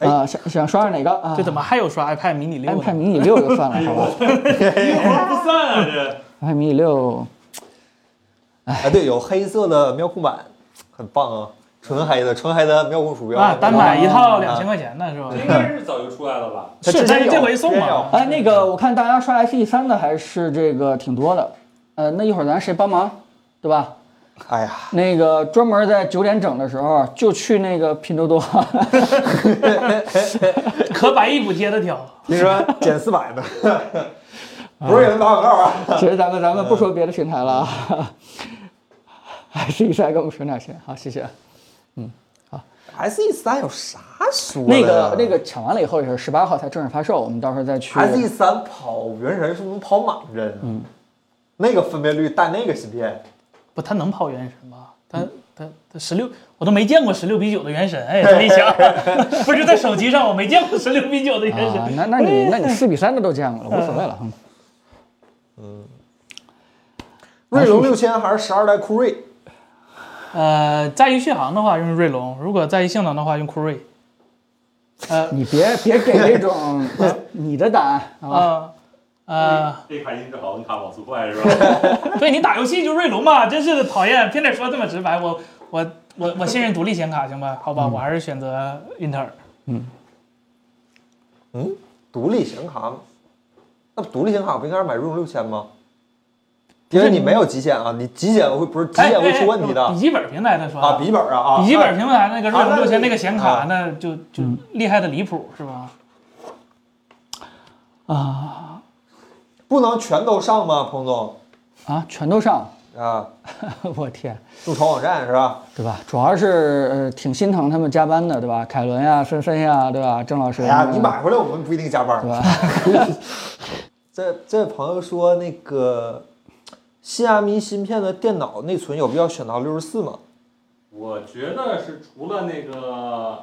哎啊、想想刷哪个啊？这怎么还有刷 iPad mini 六 iPad 呢？ mini 六就算了，好吧 一会儿不散啊！这 ？iPad mini 六，哎，对，有黑色的妙控版，很棒啊，纯黑的，纯黑的妙控鼠标啊，单买一套啊两千块钱呢，是吧这？应该是早就出来了吧？它是，之前但是有这回送之前有嘛？哎，那个我看大家刷 SE 三的还是这个挺多的，呃，那一会儿咱谁帮忙，对吧？哎呀，那个专门在九点整的时候就去那个拼多多， 可把一补贴的挑。听说减四百呢，不是给他们打广告啊，其实咱们咱们不说别的平台了啊，还是一山跟我们说点钱，好，谢谢。 S E 三有啥说的那呀？个那个抢完了以后也是十八号才正式发售，我们到时候再去。 S E 三跑原神是不是能跑满帧？嗯，那个分辨率带那个芯片，不，它能跑原神吧？它它它十六，我都没见过十六比九的原神， 哎，这么一想，不是在手机上我没见过十六比九的原啊，神。那那你那你四比三的都见过了，无所谓了。嗯锐龙六千还是十二代酷睿？呃，在于续航的话用锐龙，如果在于性能的话用酷睿。呃 你别别给这种呃你的胆啊，啊呃，这卡音质好，那卡网速快是吧？ 对你打游戏就锐龙嘛，真是的讨厌，偏得说这么直白。我我我我信任独立显卡行吧？好吧，我还是选择英特尔。嗯，独立显卡吗，那不独立显卡不应该是买锐龙六千吗？因为你没有极限啊，你极限会不是极哎，限会哎出问题的哎笔记本平台的说啊，笔记本啊啊，笔记本平台那个啊锐那龙六千那个显卡啊，那就就嗯厉害的离谱，是吧？哎不能全都上吗？彭总啊，全都上， 啊，我天，入场网站是吧？对吧？主要是呃挺心疼他们加班的，对吧？凯伦呀、深深呀，对吧？郑老师，哎呀，你买回来我们不一定加班对。吧？这这位朋友说，那个新阿弥芯片的电脑内存有必要选到六十四吗？我觉得是除了那个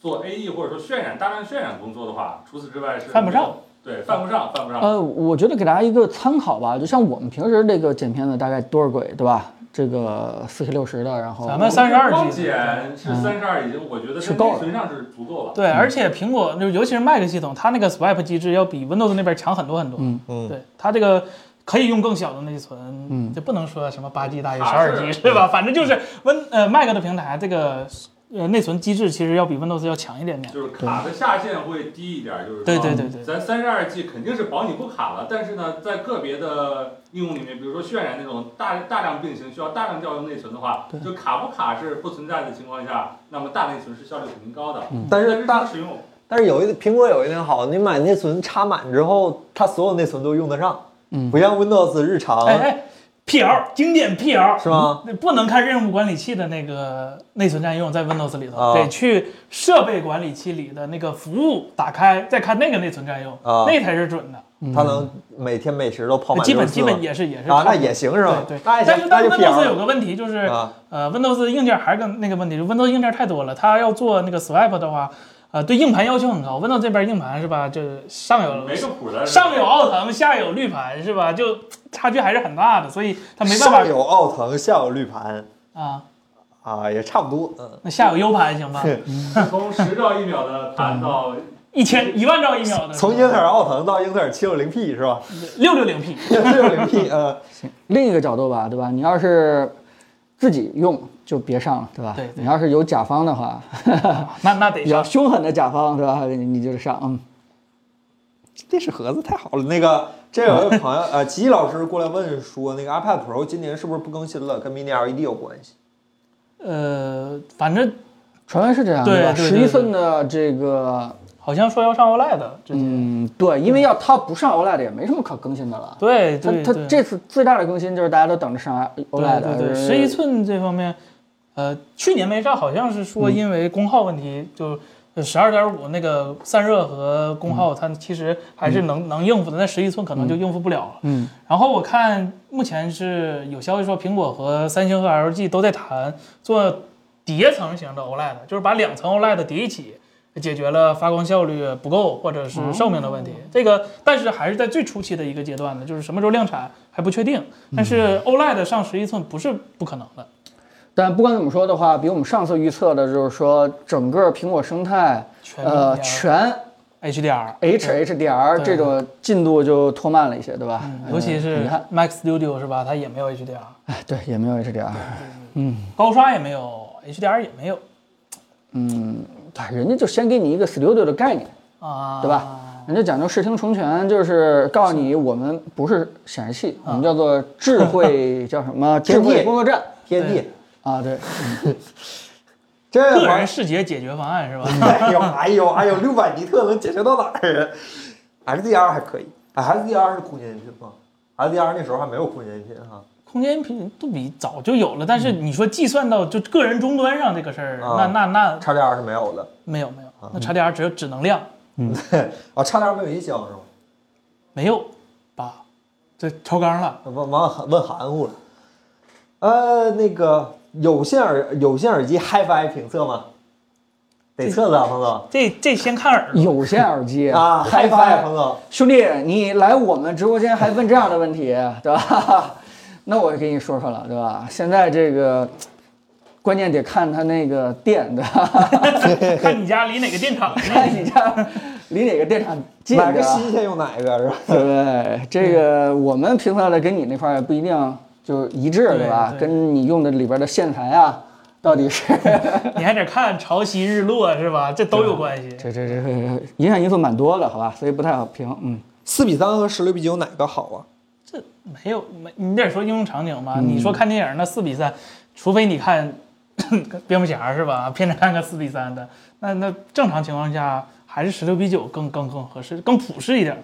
做 AE 或者说渲染大量渲染工作的话，除此之外是犯不上。对，犯不上，犯不上。呃，我觉得给大家一个参考吧，就像我们平时这个剪片子大概多少轨，对吧？这个四 K 六十的，然后咱们32光 G 嗯剪是三十二，已经我觉得是在够了内存上是足够了。嗯对，而且苹果就尤其是 Mac 系统，它那个 Swipe 机制要比 Windows 那边强很多很多。嗯嗯对，它这个可以用更小的内存，嗯就不能说什么八 G 大于十啊二是 G 是嗯吧？反正就是 Win 呃 Mac 的平台这个呃内存机制其实要比 Windows 要强一点点。就是卡的下限会低一点，就是说对对对对咱三十二 G 肯定是保你不卡了，但是呢，在个别的应用里面，比如说渲染那种大大量并行需要大量调用内存的话，就卡不卡是不存在的情况下，那么大内存是效率肯定高的。嗯但但是是大大使用，但是有一苹果有一点好，你买内存插满之后，它所有内存都用得上，嗯不像 Windows 日常哎哎，PL 经典 PL 是吗？那不能看任务管理器的那个内存占用，在 Windows 里头、啊得去设备管理器里的那个服务打开，再看那个内存占用，啊那才是准的。嗯它能每天每时都跑满基本64基本也是也是啊，那差不多也行是吧？对对。那也但行，那是但就 Windows PR 有个问题就是，啊，呃，Windows 硬件还是跟那个问题，就是 Windows 硬件太多了，它要做那个 Swipe 的话，呃，对硬盘要求很高。Windows 这边硬盘是吧，这上有呃没个谱的。上有奥腾，下有绿盘是吧，就差距还是很大的，所以它没办上法有奥腾，下有绿盘啊。啊，也差不多。嗯，那下有 U 盘行吧？从十兆一秒的嗯盘 到一千一万兆一秒 的，从英特尔奥腾到英特尔七六零 P 是吧？ 六六零 P 七六零 P，嗯，另一个角度吧，对吧？你要是自己用就别上了，对吧？对对你要是有甲方的话，那那得比较上。凶狠的甲方，对吧？你你就上，嗯，电视盒子太好了。那个，这有一个朋友，呃，吉吉老师过来问说，那个 iPad Pro 今年是不是不更新了？跟 Mini LED 有关系？呃，反正传闻是这样，对吧？对十对一对寸的这个，好像说要上 OLED，直接、嗯，对，因为要它不上 OLED 也没什么可更新的了。对它对它对这次最大的更新就是大家都等着上对 OLED，对而对，十一寸这方面，呃，去年没上，好像是嗯说因为功耗问题，就呃十二点五那个散热和功耗，它其实还是能、能应付的，但十一寸可能就应付不了了。嗯嗯，然后我看目前是有消息说，苹果和三星和 LG 都在谈做叠层型的 OLED，就是把两层 OLED 叠一起。解决了发光效率不够或者哦是寿命的问题，这个但是还是在最初期的一个阶段呢，就是什么时候量产还不确定。嗯但是 OLED 上十一寸不是不可能的，但不管怎么说的话，比我们上次预测的，就是说整个苹果生态，全面呃，全 HDR， HHDR 对这种进度就拖慢了一些，对吧？嗯尤其嗯是遗憾， Mac Studio 是吧？它也没有 HDR，哎对，也没有 HDR。高刷也没有，HDR 也没有对，人家就先给你一个 Studio 的概念，啊，对吧？？人家讲究视听重全，就是告诉你我们不是显示器，我们叫做智慧叫什么？智天地慧工作站天地对，啊，对，这位个朋友人视觉解决方案是吧？嗯哎呦哎呦哎呦，六百尼特能解决到哪儿啊？HDR 还可以，啊，HDR 是空间音频吗？HDR 那时候还没有空间音频哈。空间屏对比早就有了，但嗯是你说计算到就个人终端上这个事儿，啊那那那叉 D R 是没有的，没有没有，啊那 XDR 只有只能量 啊，叉 D R 没有音箱是吗？没有吧？这超纲了，问问问含糊了。呃，那个有线耳有线耳机 HiFi 评测吗？得测测啊，彭总这这先看耳朵，有线耳机啊嗨，HiFi 彭总，兄弟，你来我们直播间还问这样的问题，对吧？ 那我给你说说了，对吧？现在这个关键得看他那个店，对吧？ 看你家离哪个电厂近。看你家离哪个电厂近，买个对吧新鲜用哪一个是吧？对，这个我们评测的跟你那块儿也不一定就一致，对对吧？对跟你用的里边的线材啊，到底是 你还得看潮汐日落是吧？这都有关系。这这这这影响因素蛮多的，好吧？所以不太好评，嗯。四比三和十六比九哪个好啊？这没有没，你得说应用场景吧？嗯你说看电影那四比三，除非你看 蝙蝠侠是吧？偏着看个四比三的，那那正常情况下还是十六比九更更更合适，更普适一点。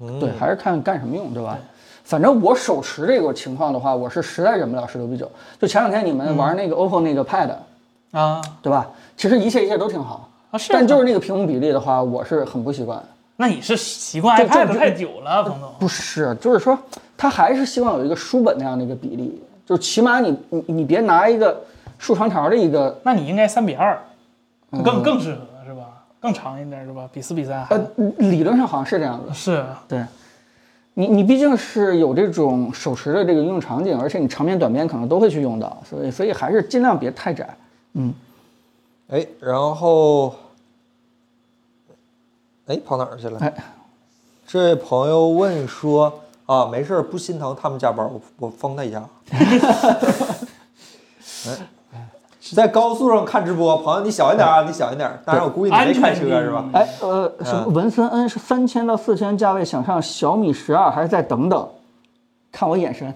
嗯对，还是看干什么用，对吧？反正我手持这个情况的话，我是实在忍不了十六比九。就前两天你们玩那个 OPPO 那个 Pad，、啊对吧？其实一切一切都挺好，啊是吗，但就是那个屏幕比例的话，我是很不习惯。那你是习惯这这 iPad 这太久了，彭总。不是，就是说，他还是希望有一个书本那样的一个比例，就是起码你你你别拿一个竖长条的一个那你应该三比二，嗯更更适合是吧？更长一点是吧？比四比三还呃，理论上好像是这样子。是对，你你毕竟是有这种手持的这个应用场景，而且你长篇短篇可能都会去用到，所以所以还是尽量别太窄。哎，然后，哎，跑哪儿去了？哎这位朋友问说啊，没事儿，不心疼他们加班儿，我我封他一下。哎，在高速上看直播，朋友你小心点儿啊，你小心点儿。当然，我估计你没开车是吧？哎，呃，什么文森 N 是三千到四千价位想上小米十二，还是再等等？看我眼神，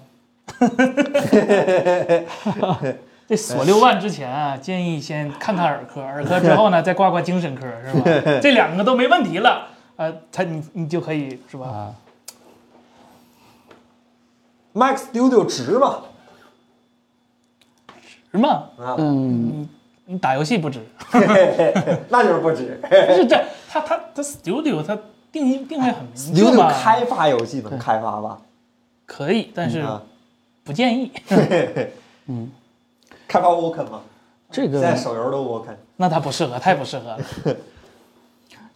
这锁六万之前啊，建议先看看耳科，耳科之 后呢再挂挂精神科是吧？这两个都没问题了，呃，他你你就可以是吧？啊 Mac Studio 值吗？值吗？嗯，你打游戏不值，那就是不值。不是这他他他 Studio 它定义定位很明确 Studio 嘛？开发游戏能开发吧？可以，但嗯是啊，不建议。 开发 Woken 吗？这现个在手游都 Woken。那它不适合，太不适合了。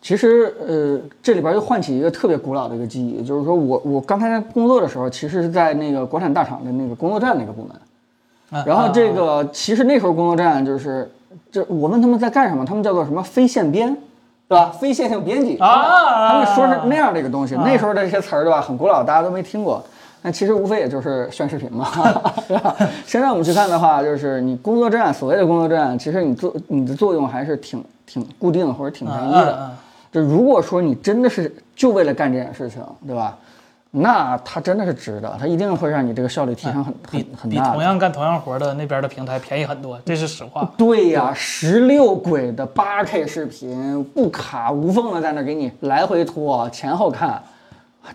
其实，呃，这里边又唤起一个特别古老的一个记忆，就是说我我刚才工作的时候，其实是在那个国产大厂的那个工作站那个部门，啊然后这啊个其实那时候工作站就是，就我问他们在干什么，他们叫做什么非线编，对吧？非线性编辑啊他们说是那样的一个东西，那时候的这些词儿对吧，很古老，大家都没听过。那其实无非也就是炫视频 嘛，是吧？现在我们去看的话，就是你工作站所谓的工作站，其实你作你的作用还是挺挺固定或者挺单一的。嗯嗯嗯就如果说你真的是就为了干这件事情，对吧？那它真的是值的，它一定会让你这个效率提升很、啊比很很比大同的。样干同样活儿的那边的平台便宜很多，这是实话。对呀、十六轨的八 K 视频不卡无缝的在那儿给你来回拖，前后看，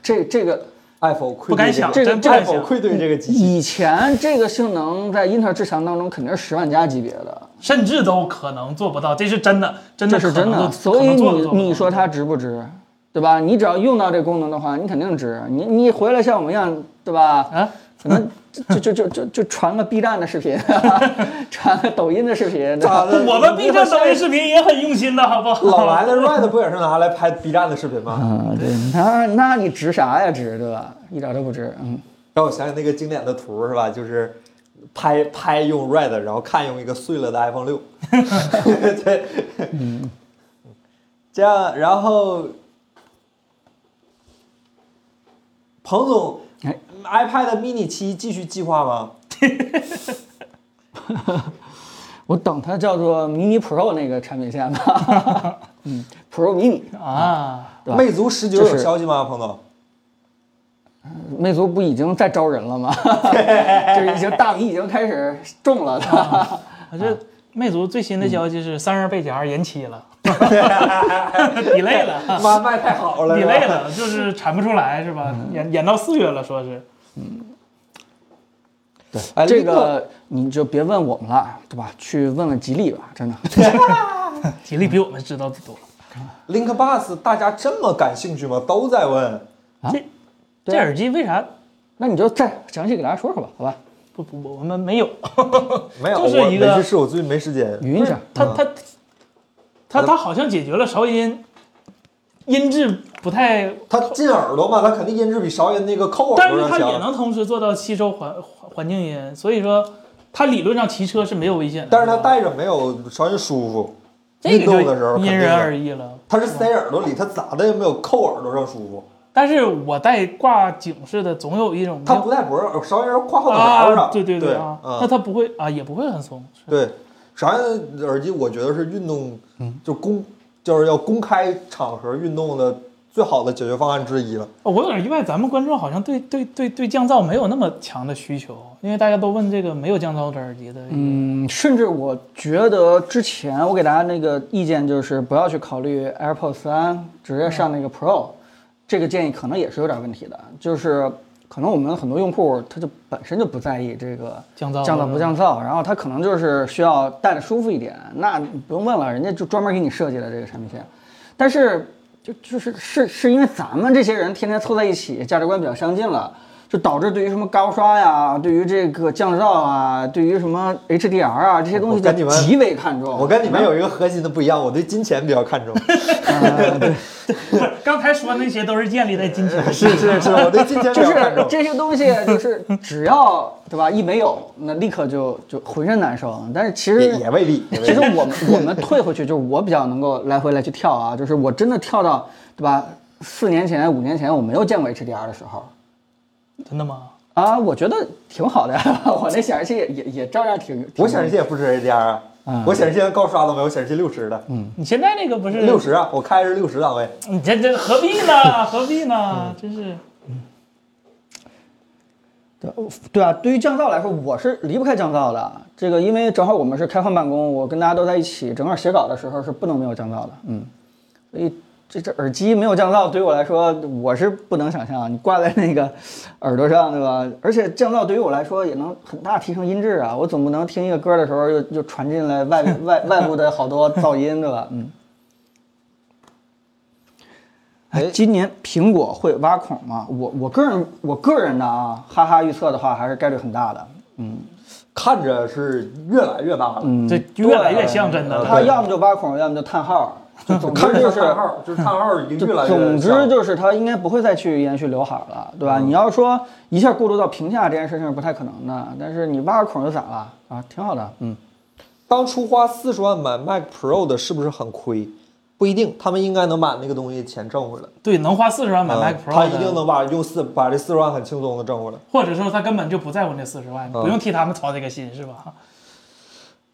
这这个爱否愧不敢对这想个真不敢爱否想愧对这个机器？以前这个性能在英特尔至强当中肯定是十万加级别的，甚至都可能做不到，这是真的，真这的是可真能的。都所以可能做你都做不到你说它值不值，对吧？你只要用到这功能的话，你肯定值。你你回来像我们一样，对吧？啊，可能就就就就就传个 B 站的视频， 传个抖音的视频，对吧咋的？ 我们 B 站抖音是视频也很用心的，好不好？老来的 Red 不也是拿来拍 B 站的视频吗？啊，对，那那你值啥呀？值对吧？一点都不值，嗯。让我想起那个经典的图是吧？就是拍拍用 Red，然后看用一个碎了的 iPhone 六。 对，嗯这样，然后彭总哎，iPad mini 七继续计划吗？我等它叫做 mini Pro 那个产品线 吧，嗯，Pro mini 啊，对吧魅族十九就是有消息吗，彭总？魅族不已经在招人了吗？ 就是已经大米已经开始种了的。我这 魅族最新的消息是散热背夹延期 了 ，delay 了妈卖太好了，是吧，delay 了，就是产不出来是嗯吧？ 延延到四月了，说是 哎，这另一个你就别问我们了，对吧？去问问吉利吧，真的。吉利比我们知道的多。 Link Bus 大家这么感兴趣吗？都在问。这对啊这耳机为啥那你就再详细给大家说说吧，好吧？不不不我们没有？没有，就是我一个没事，是我最近没时间。云一下，它嗯它它它好像解决了韶音音质不太它进耳朵嘛，它肯定音质比韶音那个抠耳但朵是上它也强。能同时做到吸收环环环境音，所以说它理论上骑车是没有危险的。但是它吧戴着没有韶音舒服，这运个动的时候就肯因定人的而异了。它是塞耳朵里，它咋的也没有抠耳朵上舒服。但是我戴挂警示的，总有一种它不戴脖上，韶音是挎后脑勺啊，上。对对对啊，那嗯它不会啊，也不会很松。对，韶音耳机我觉得是运动，嗯就公就是要公开场合运动的最好的解决方案之一了。哦我有点意外，咱们观众好像对对对对降噪没有那么强的需求，因为大家都问这个没有降噪的耳机的。嗯，甚至我觉得之前我给大家那个意见就是不要去考虑 AirPods 三，直接上那个 Pro，、这个建议可能也是有点问题的，就是可能我们很多用户他就本身就不在意这个降噪降噪不降噪，然后他可能就是需要戴着舒服一点，那你不用问了，人家就专门给你设计的这个产品线。但是就就是是是因为咱们这些人天天凑在一起，价值观比较相近了，就导致对于什么高刷呀，对于这个降噪啊，对于什么 HDR 啊这些东西我跟你就们极为看重。我跟你们有一个核心的不一样，我对金钱比较看重。不是，刚才说那些都 是建立在 金钱是是是，我对金钱比就较是看重。这些东西，就是只要对吧，一没有，那立刻就就浑身难受。但是其也实也未必，也未其实必我们我们退回去，就是我比较能够来回来去跳啊，就是我真的跳到对吧？四年前、五年前我没有见过 HDR 的时候真的吗？啊，我觉得挺好的呀， 我那显示器也也也照样挺。挺我显示器也不支持 HDR 啊，我显示器连高刷都没有，我显示器六十的，你现在那个不是六，十啊，我开的是六十档位。你这这何必呢？何必呢？真是对对啊，对于降噪来说，我是离不开降噪的。这个因为正好我们是开放办公，我跟大家都在一起，正好写稿的时候是不能没有降噪的。嗯，所以这这耳机没有降噪，对于我来说我是不能想象。你挂在那个耳朵上，对吧？而且降噪对于我来说也能很大提升音质啊。我总不能听一个歌的时候又又传进来外外外部的好多噪音，对吧？嗯。哎，今年苹果会挖孔吗？我我个人我个人的啊，哈哈预测的话还是概率很大的。看着是越来越大了，这越来越像真的嗯对了。它要么就挖孔，要么就叹 号，就总之看着就就是是叹号，就是叹号已经就越来越 总之像嗯就是它应该不会再去延续刘海了，对吧？你要说一下过渡到评价这件事情是不太可能的，但是你挖个孔就咋了啊？挺好的，嗯，当初花四十万买 Mac Pro 的是不是很亏？不一定，他们应该能把那个东西钱挣回来。对，能花四十万买嗯 Mac 他 Pro，一定的，能把用四把这四十万很轻松的挣回来。或者说他根本就不在乎那四十万，不用替他们操这个心，是吧？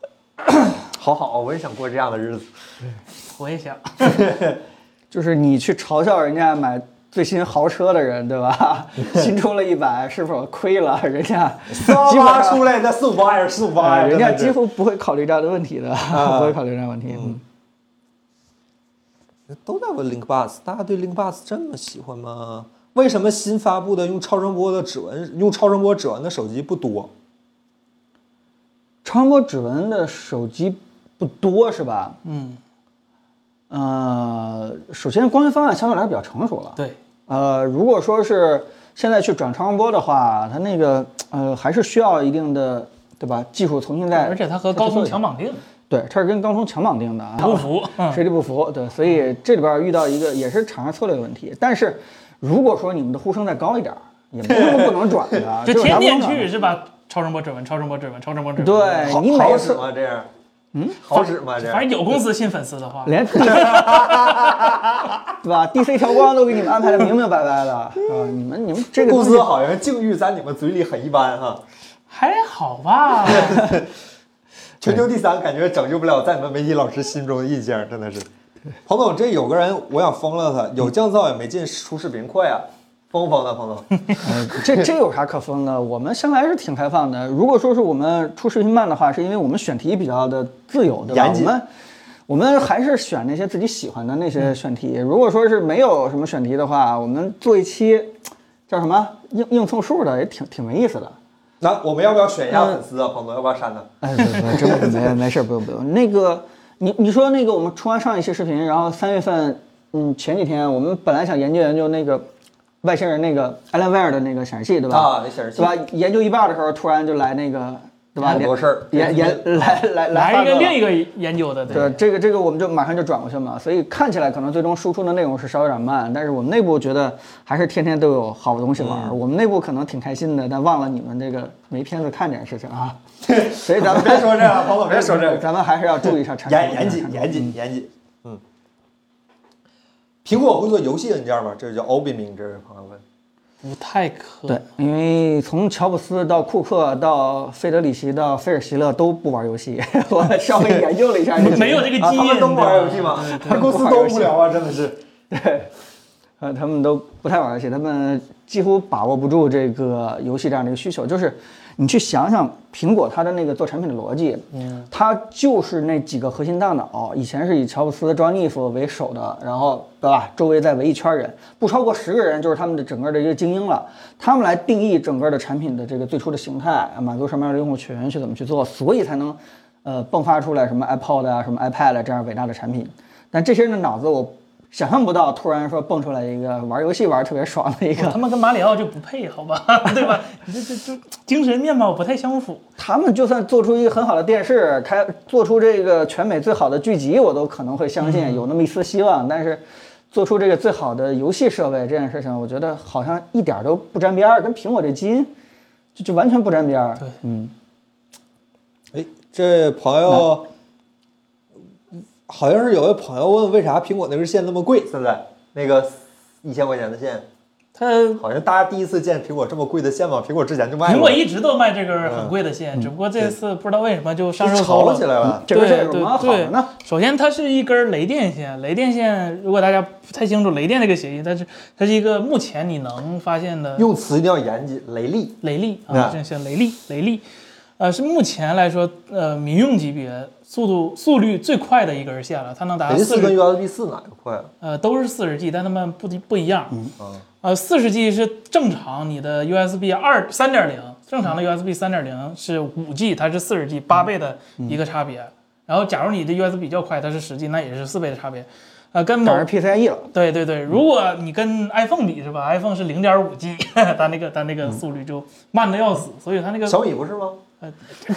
好好，我也想过这样的 日子。我也想，就是你去嘲笑人家买最新豪车的人，对吧？ 新出了一版是否亏了？人家四八基本八上出来的四五八也是四五八啊，呀，人家真的是几乎不会考虑这样的问题的，啊不会考虑这样的问题。嗯，都在问 Link Bus，大家对 Link Bus 这么喜欢吗？为什么新发布的用超声波的指纹用超声波指纹的手机不多？超声波指纹的手机不多是吧？嗯，呃，首先光学方案相对来说比较成熟了。对，呃，如果说是现在去转超声波的话，它那个呃还是需要一定的对吧技术重新再，而且它和高通强绑，绑定对，它是跟高通强绑定的啊，不服，嗯水里不服，对，所以这里边遇到一个也是厂商策略问题。但是如果说你们的呼声再高一点儿，也没什么不能转的， 就这有啥天不能天转的去是吧？超声波指纹，超声波指纹，超声波指纹。对哎你每好使次吗？这样，嗯，好使吗？这反样正有公司信粉丝的话， 连对吧？DC 调光都给你们安排的明明白白 的啊！你们你们这个公东司西好像境遇在你们嘴里很一般哈，还好吧？全球第三感觉拯救不了在你们媒体老师心中的印象，真 的是。彭总，这有个人我想封了他，有降噪也没进，出视频快啊，封不封他？彭 总，嗯这这有啥可封的？我们向来是挺开放的。如果说是我们出视频慢的话，是因为我们选题比较的自由，对吧？严我谨们我们还是选那些自己喜欢的那嗯些选题。如果说是没有什么选题的话，我们做一期叫什么硬硬凑数的，也挺挺没意思的。那我们要不要选一下粉丝啊？彭总，要不 要删他？哎，不不，真不没没事，不用不用。那个，你你说那个，我们出完上一期视频，然后三月份，嗯，前几天我们本来想研究研究那个外星人那个艾伦威尔的那个显示器，对吧？啊那显示器对吧？研究一半的时候，突然就来那个，对吧？很多事儿研研来来来一发个哥另了一个研究的，对对，这个这个我们就马上就转过去嘛，所以看起来可能最终输出的内容是稍微有点慢，但是我们内部觉得还是天天都有好东西玩嗯儿，我们内部可能挺开心的，但忘了你们这个没片子看这件事情啊， 所以咱们别说这个，彭总，别说这个。咱们还是要注意一下产品严严谨，严谨，严谨。嗯，苹果会做游戏硬件吗？这就叫 o b i m i 这位朋友问。不太可对，因为从乔布斯到库克到费德里奇到菲尔席勒都不玩游戏， 我稍微研究了一下这些，没有这个啊，基他们因，都不玩游戏吗？他公司都无聊啊，真的是。 呃，他们都不太玩游戏，他们几乎把握不住这个游戏这样的一个需求。就是你去想想苹果它的那个做产品的逻辑，它就是那几个核心大脑，以前是以乔布斯、庄尼夫为首的，然后对吧？周围再围一圈人，不超过十个人就是他们的整个的一个精英了。他们来定义整个的产品的这个最初的形态，满足什么样的用户群，去怎么去做，所以才能呃迸发出来什么 iPod 啊、什么 iPad 啊这样伟大的产品。但这些人的脑子我。想象不到，突然说蹦出来一个玩游戏玩得特别爽的一个，他们跟马里奥就不配，好吧， 对吧？你这这这精神面貌不太相符。他们就算做出一个很好的电视，开做出这个全美最好的剧集，我都可能会相嗯信有那么一丝希望。但是，做出这个最好的游戏设备这件事情，我觉得好像一点儿都不沾边儿，跟苹果这基因就就完全不沾边儿。对嗯，哎，这朋友，好像是有位朋友问，为啥苹果那根线那么贵？现在那个一千块钱的线，他好像大家第一次见苹果这么贵的线吧？苹果之前就卖苹过果，一直都卖这根很贵的线，只不过这次不知道为什么就上嗯就热炒搜了起来了。这个对这有什么好对的对呢？首先，它是一根雷电线。雷电线，如果大家不太清楚雷电这个协议，它是它是一个目前你能发现的用词一定要严谨，雷利。雷利啊啊，这是雷利，雷利，呃，是目前来说，呃，民用级别速度速率最快的一根线了，它能达雷到利四啊四跟十， USB 四哪个快啊？呃，都是四十 G，但它们不不一样。啊，呃，四十 G 是正常，你的 USB 二三点零，正常的 USB 三点零是五 G，它是四十 G 八倍的一个差别。然后，假如你的 USB 比较快，它是十 G，那也是四倍的差别。呃，跟某赶上 PCIe E 了，对对对，如果你跟 iPhone 比是吧？iPhone 是零点五 G，它 那个它那个速率就慢的要死，所以它那个小米不是吗？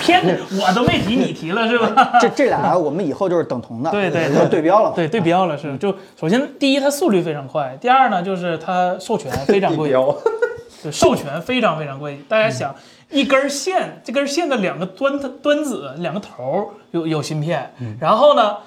偏我都没提，你提了 是吧？这这俩我们以后就是等同的，对对就对标了嘛。对，对标了是。就首先第一，它速率非常快；第二呢，就是它授权非常地贵，标。就授权非常非常贵。大家想，一根线，这根线的两个端端子、两个头儿有有芯片，然后呢，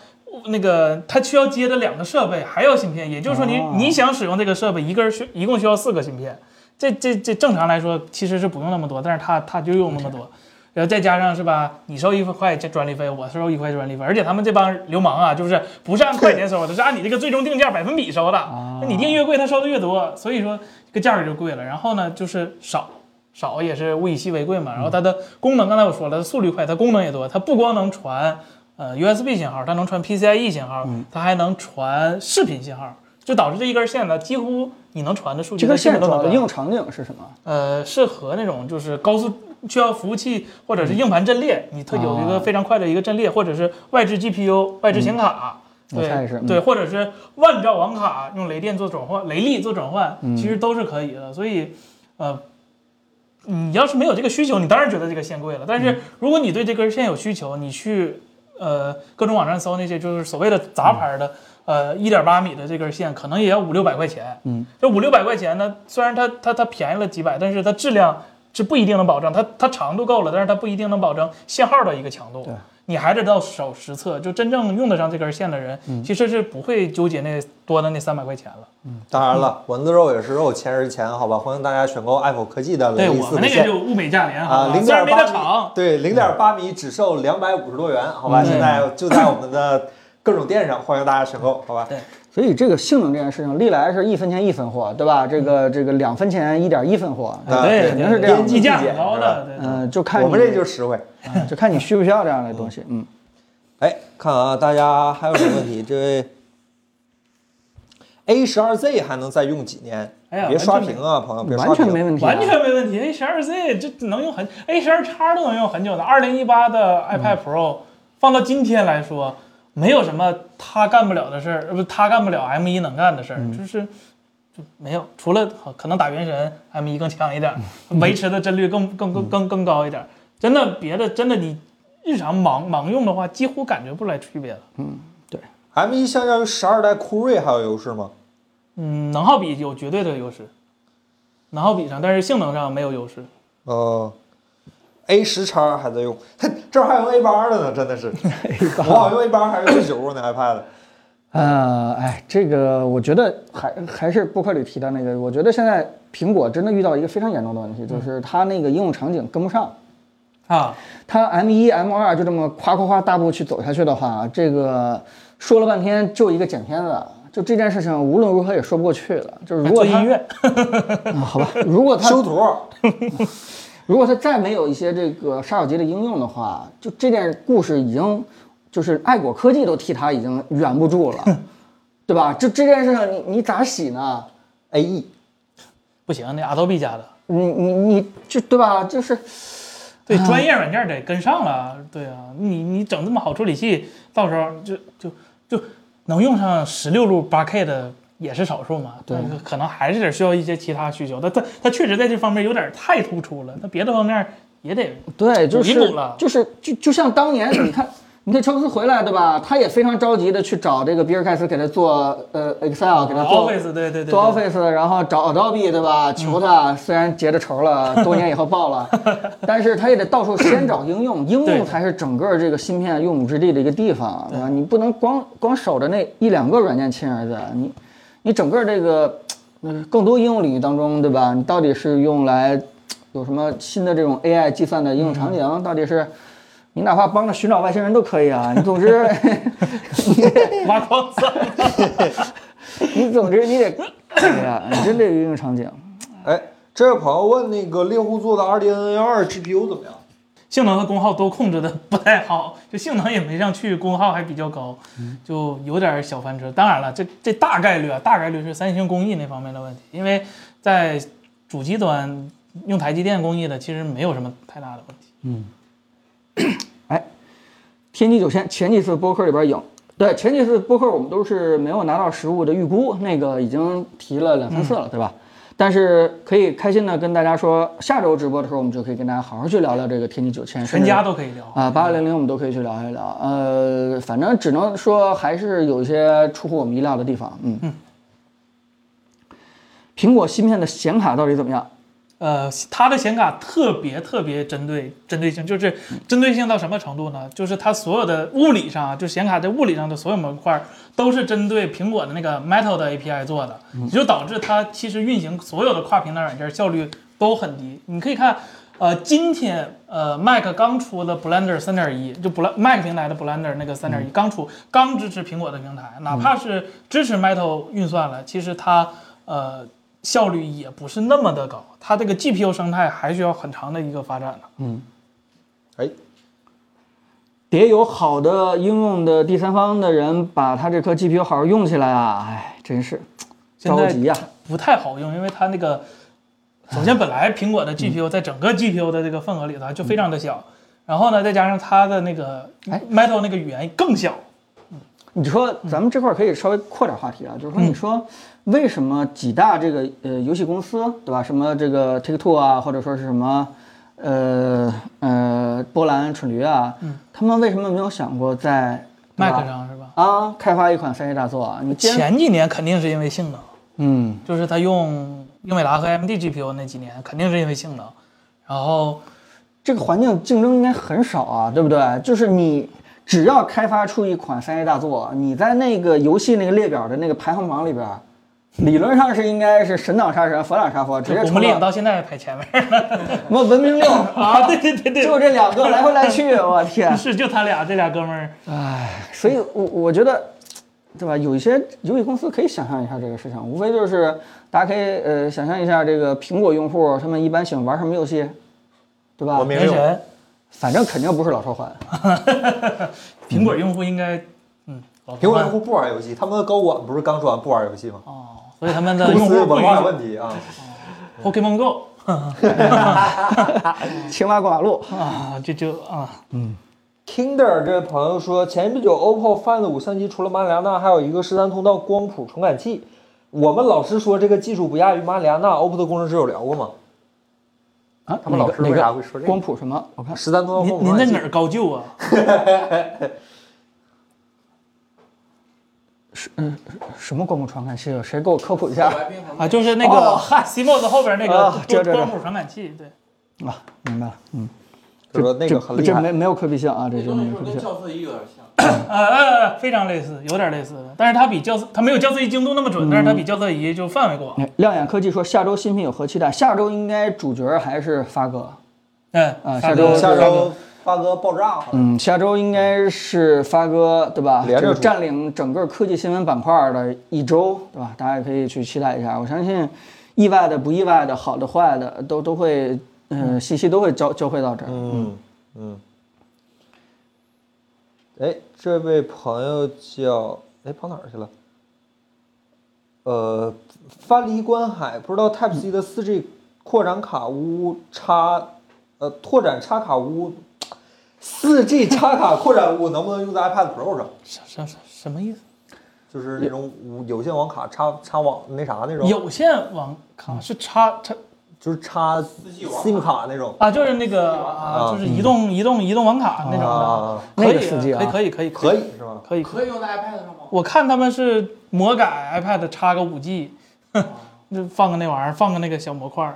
那个它需要接的两个设备还有芯片，也就是说你哦你想使用这个设备，一根儿需一共需要四个芯片。这这这正常来说其实是不用那么多，但是它它就用那么多。然后再加上是吧，你收一块这专利费，我收一块专利费，而且他们这帮流氓啊，就是不是按块钱收的，是按你这个最终定价百分比收的。那你定越贵，他收的越多，所以说这个价格就贵了。然后呢，就是少少也是物以稀为贵嗯嘛。然后它的功能，刚才我说了，它速率快，它功能也多，它不光能传呃 USB 信号，它能传 PCIe 信 E 号，嗯它还能传视频信号，就导致这一根线呢，几乎你能传的数据这根基本线都主要的能传应用场景是什么？呃，适合那种就是高速需要服务器或嗯者是硬盘阵列，你特有一啊个非常快的一个阵列，或者是外置 GPU、外置显卡，嗯我猜对、是嗯对，或者是万兆网卡用雷电做转换，雷力做转换，其嗯实都是可以的。所以，呃。你要是没有这个需求，你当然觉得这个线贵了。但嗯是如果你对这根线有需求，你去呃各种网站搜那些就是所谓的杂牌的，嗯呃一点八米的这根线，可能也要五六百块钱。这五六百块钱呢，虽然它它它便宜了几百，但是它质量是不一定能保证，它它长度够了，但是它不一定能保证信号的一个强度对。你还得到手实测，就真正用得上这根线的人，嗯其实是不会纠结那多的那三百块钱了。当然了，蚊子肉也是肉，钱是钱，好吧？欢迎大家选购爱否科技的对雷利我四们的那个线就物美价廉好啊，吧零虽然点没八它米长，，对，零点八米只售两百五十多元，好吧？嗯现在就在我们的各种店上，欢迎大家选购，好吧？所以这个性能这件事情，历来是一分钱一分货，对吧？这个这个两分钱一点一分货，啊对，肯定是这样对的溢价很高的，对嗯、就看我们你这就实惠。啊就看你需不需要这样的东西。嗯，哎，看啊，大家还有什么问题？这位 A 十二 Z 还能再用几年？哎呀别刷完全没屏啊，朋友，别刷完屏。全没问题、啊，完全没问题。A 1 2 Z 这能用很，A 1 2叉都能用很久的。二零一八的嗯 iPad Pro、放到今天来说，没有什么它干不了的事儿，呃不，它干不了 M 1能干的事儿，嗯就是就没有，除了好可能打原神 M 1更强一点儿，嗯维持的帧率更更更更更高一点儿。真的别的真的你日常忙忙用的话，几乎感觉不出来区别了。 M 一相较于十二代酷睿还有优势吗？嗯，能耗比有绝对的优势，能耗比上，但是性能上没有优势。呃，A 十叉还在用，这儿还有 A 八的呢，真 的是，我好像用 A 八还是用九呢 iPad。呃，哎，这个我觉得还还是布克里提到那个，我觉得现在苹果真的遇到一个非常严重的问嗯题，就是它那个应用场景跟不上。啊，它 M 一 M 二啊就这么夸夸夸大步去走下去的话，这个说了半天就一个剪片子，就这件事情无论如何也啊说不过去了。就是如果做它音乐，啊好吧，如果它修图，如果它再没有一些这个杀手级的应用的话，就这件故事已经就是爱果科技都替它已经圆不住 了，对吧？就这件事上你你咋洗呢？AE，不行，那 Adobe 家的，你你你就对吧？就是对，啊专业软件得跟上了，对啊，你你整这么好处理器，到时候就就就能用上十六路八 K 的也是少数嘛，对但可能还是得需要一些其他需求，但它它确实在这方面有点太突出了，它别的方面也得对，就弥是补了就是就就像当年你看，你看乔布斯回来对吧？他也非常着急的去找这个比尔盖茨给他做呃 Excel，给他做 Office，对对对，对嗯做 Office，然后找 Adobe 对吧？求他，虽然结着仇了， 多年以后报了，但是他也得到处先找应用，应对用才是整个这个芯片用武之地的一个地方，对吧？你不能光光守着那一两个软件亲儿子，你你整个这个呃更多应用领域当中，对吧？你到底是用来有什么新的这种 AI 计算的应用场景？嗯到底是？你哪怕帮着寻找外星人都可以啊！你总之， 挖矿算了，你总之你得， 哎呀，真这个应用场景，哎，这位朋友问那个猎户座的 RDNA 二 GPU 怎么样？性能和功耗都控制的不太好， 就性能也没上去，功耗还比较高，就有点小翻车。当然了，这这大概率啊，大概率是三星工艺那方面的问题，因为在主机端用台积电工艺的其实没有什么太大的问题。天玑九千前几次播客里边有，对前几次播客我们都是没有拿到实物的预估，那个已经提了两三次嗯了，对吧？但是可以开心的跟大家说，下周直播的时候我们就可以跟大家好好去聊聊这个天玑九千，全家都可以聊。啊，八零零我们都可以去聊一聊。呃，反正只能说还是有一些出乎我们意料的地方。嗯嗯。苹果芯片的显卡到底怎么样？呃，它的显卡特别特别针对针对性，就是针对性到什么程度呢？就是它所有的物理上啊，就显卡在物理上的所有模块都是针对苹果的那个 Metal 的 API 做的，也就导致它其实运行所有的跨平台软件效率都很低。你可以看，呃，今天呃 Mac 刚出的 Blender 3.1，就 Bl Mac 平台的 Blender 那个3.1刚出，刚支持苹果的平台，哪怕是支持 Metal 运算了，其实它呃。效率也不是那么的高，它这个 GPU 生态还需要很长的一个发展呢。哎，得有好的应用的第三方的人把他这颗 GPU 好好用起来啊！哎，真是现着在嗯急呀、不太好用，因为它那个，首先本来苹果的 GPU 在整个 GPU 的这个份额里头就非常的小，然后呢，再加上它的那个哎 Metal 那个语言更小，你说咱们这块儿可以稍微扩点话题啊，就是说，你嗯说为什么几大这个呃游戏公司对吧，什么这个 Take Two 啊，或者说是什么呃呃波兰蠢驴啊，嗯他们为什么没有想过在对 Mac 吧上是吧？啊开发一款三 A 大作啊？你既然前几年肯定是因为性能，嗯就是它用英伟达和 AMD GPU 那几年肯定是因为性能，然后这个环境竞争应该很少啊，对不对？就是你只要开发出一款三 A 大作，你在那个游戏那个列表的那个排行榜里边儿，理论上是应该是神挡杀神，佛挡杀佛，直接古墓冲丽影到到现在还排前面什么文明六啊！对对对对，就这两个来回来去，我 天！ 是就他俩这俩哥们儿。唉，所以我我觉得，对吧？有一些游戏公司可以想象一下这个事情，无非就是大家可以呃想象一下这个苹果用户他们一般喜欢玩什么游戏，对吧我？明原白。神，反正肯定不是老头环。苹果用户应该，嗯，老苹果用同伴户不玩游戏，他们的高管不是刚说完不玩游戏吗？哦，所以他们的公用司户不文允化许问题啊， Pokemon Go 青蛙过马路，啊，这就啊， Kinder 这位朋友说，前不久 OPPO Find 五相机除了马里亚纳，还有一个十三通道光谱传感器。我们老师说这个技术不亚于马里亚纳，OPPO 的工程师有聊过吗？啊，他们哪老个师哪为个啥会说这个光谱什么？我看十三通道光您谱您传在感器哪儿高就啊？什么光谱传感器？谁给我科普一 下啊，就是那哦个嗨哦 CMOS 后边那啊这个这这光谱传感器，对，啊？明白了，嗯，他说那这个很厉这害，没没有可比性啊，这这就东没西是有不可是比嗯跟性。教四一有点像？呃呃，非常类似，有点类似的，但是它比校色，它没有校色仪精度那么准，但是它比校色仪就范围广。哎亮眼科技说下周新品有何期待？下周应该主角还是发哥，嗯啊发下哥周下发哥周发哥爆炸好像嗯，下周应该是发哥对吧？连这着个出占领整个科技新闻板块的一周对吧？大家也可以去期待一下。我相信，意外的、不意外的、好的、坏的，都都会嗯、嗯、信息都会交交汇到这儿。嗯嗯。哎，这位朋友叫哎跑哪儿去了？呃，藩篱观海，不知道 Type C 的四 G 扩展卡坞插呃拓展插卡坞。四 G 插卡扩展坞 能不能用在 iPad Pro 上？什什什什么意思？就是那种无有线网卡插插网那啥那种，有线网卡是插插就是插 G 网 SIM 卡那种。啊，就是那个啊，就是移动移动移动网卡那种的啊，那可个以四 G 啊可以可以可可以以是吗？可以可以。可以用在 iPad 上吗？我看他们是魔改 iPad 插个五 G，就放个那玩意儿，放个那个小模块儿。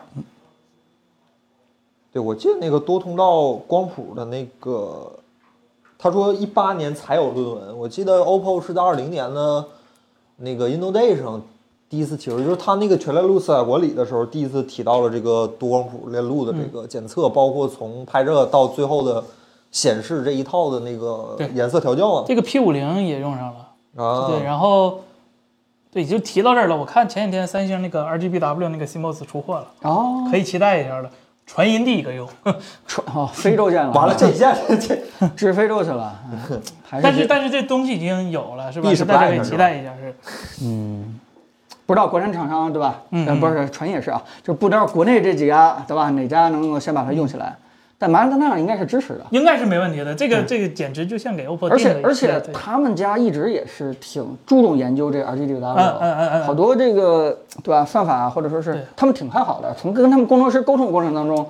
对，我记得那个多通道光谱的那个，他说一八年才有论文，我记得 OPPO 是在二零年的那个 Indo Day 上第一次提出，就是他那个全链路色彩管理的时候，第一次提到了这个多光谱链路的这个检测，包括从拍摄到最后的显示这一套的那个对颜色调教啊。这个 P 五零也用上了，嗯啊，对，然后对就提到这儿了。我看前几天三星那个 RGBW 那个 CMOS 出货了，哦，可以期待一下了。传音第一个用，传哦，非洲见了，完了这一下这至非洲去了，嗯还但是是但是这东西已经有了，是吧？必是大家可以 Black 是吧期待一下，是不知道国产厂商对吧？嗯呃不是传也是啊，就不知道国内这几家对吧，哪家能够先把它用起来？但马里丹纳应该是支持的，应该是没问题的。这个这个简直就像给 OPPO 嗯而定且的而一样且对他们家一直也是挺注重研究这 RGBW，嗯嗯嗯嗯好多这个对吧算法啊或者说是对他们挺看好的。从跟他们工程师沟通过程当中，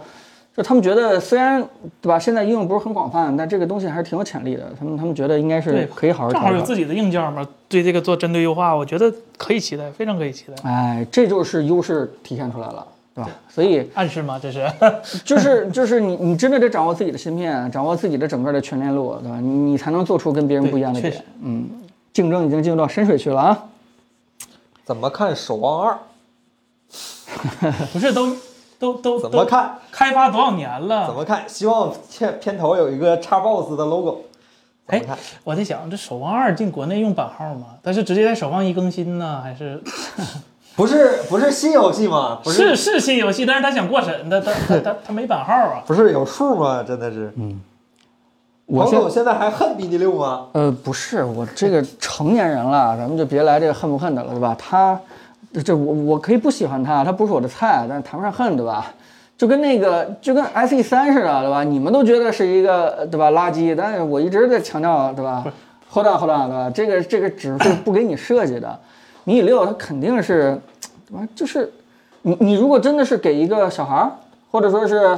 就他们觉得虽然对吧现在应用不是很广泛，但这个东西还是挺有潜力的。他们他们觉得应该对是可以好好啊正调好有整。自己的硬件嘛，对这个做针对优化，我觉得可以期待，非常可以期待。哎，这就是优势体现出来了，对吧？所以暗示吗？这是就是就是你你真的得掌握自己的芯片，掌握自己的整个的全链路，对吧？你你才能做出跟别人不一样的对点确实。嗯，竞争已经进入到深水区了啊。怎么看《守望二不是都都都》？怎都么看？开发多少年了？怎么看？希望片片头有一个叉 box 的 logo。怎哎么看？，我在想，这《守望二》进国内用版号吗？但是直接在《守望一》更新呢，还是不是不是新游戏吗？不是是新游戏？但是他想过 审，他他他他他没版号啊。不是有数吗？真的是。我彭现总现在还恨 BD 六吗？呃，不是，我这个成年人了，咱们就别来这个恨不恨的了，对吧？他，这我我可以不喜欢他，他不是我的菜，但是谈不上恨，对吧？就跟那个就跟 SE 三似的，对吧？你们都觉得是一个呃对吧垃圾，但是我一直在强调，对吧？Hold on hold on，对吧？这个这个只是不给你设计的，米六它肯定是，对吧？就是你你如果真的是给一个小孩儿，或者说是。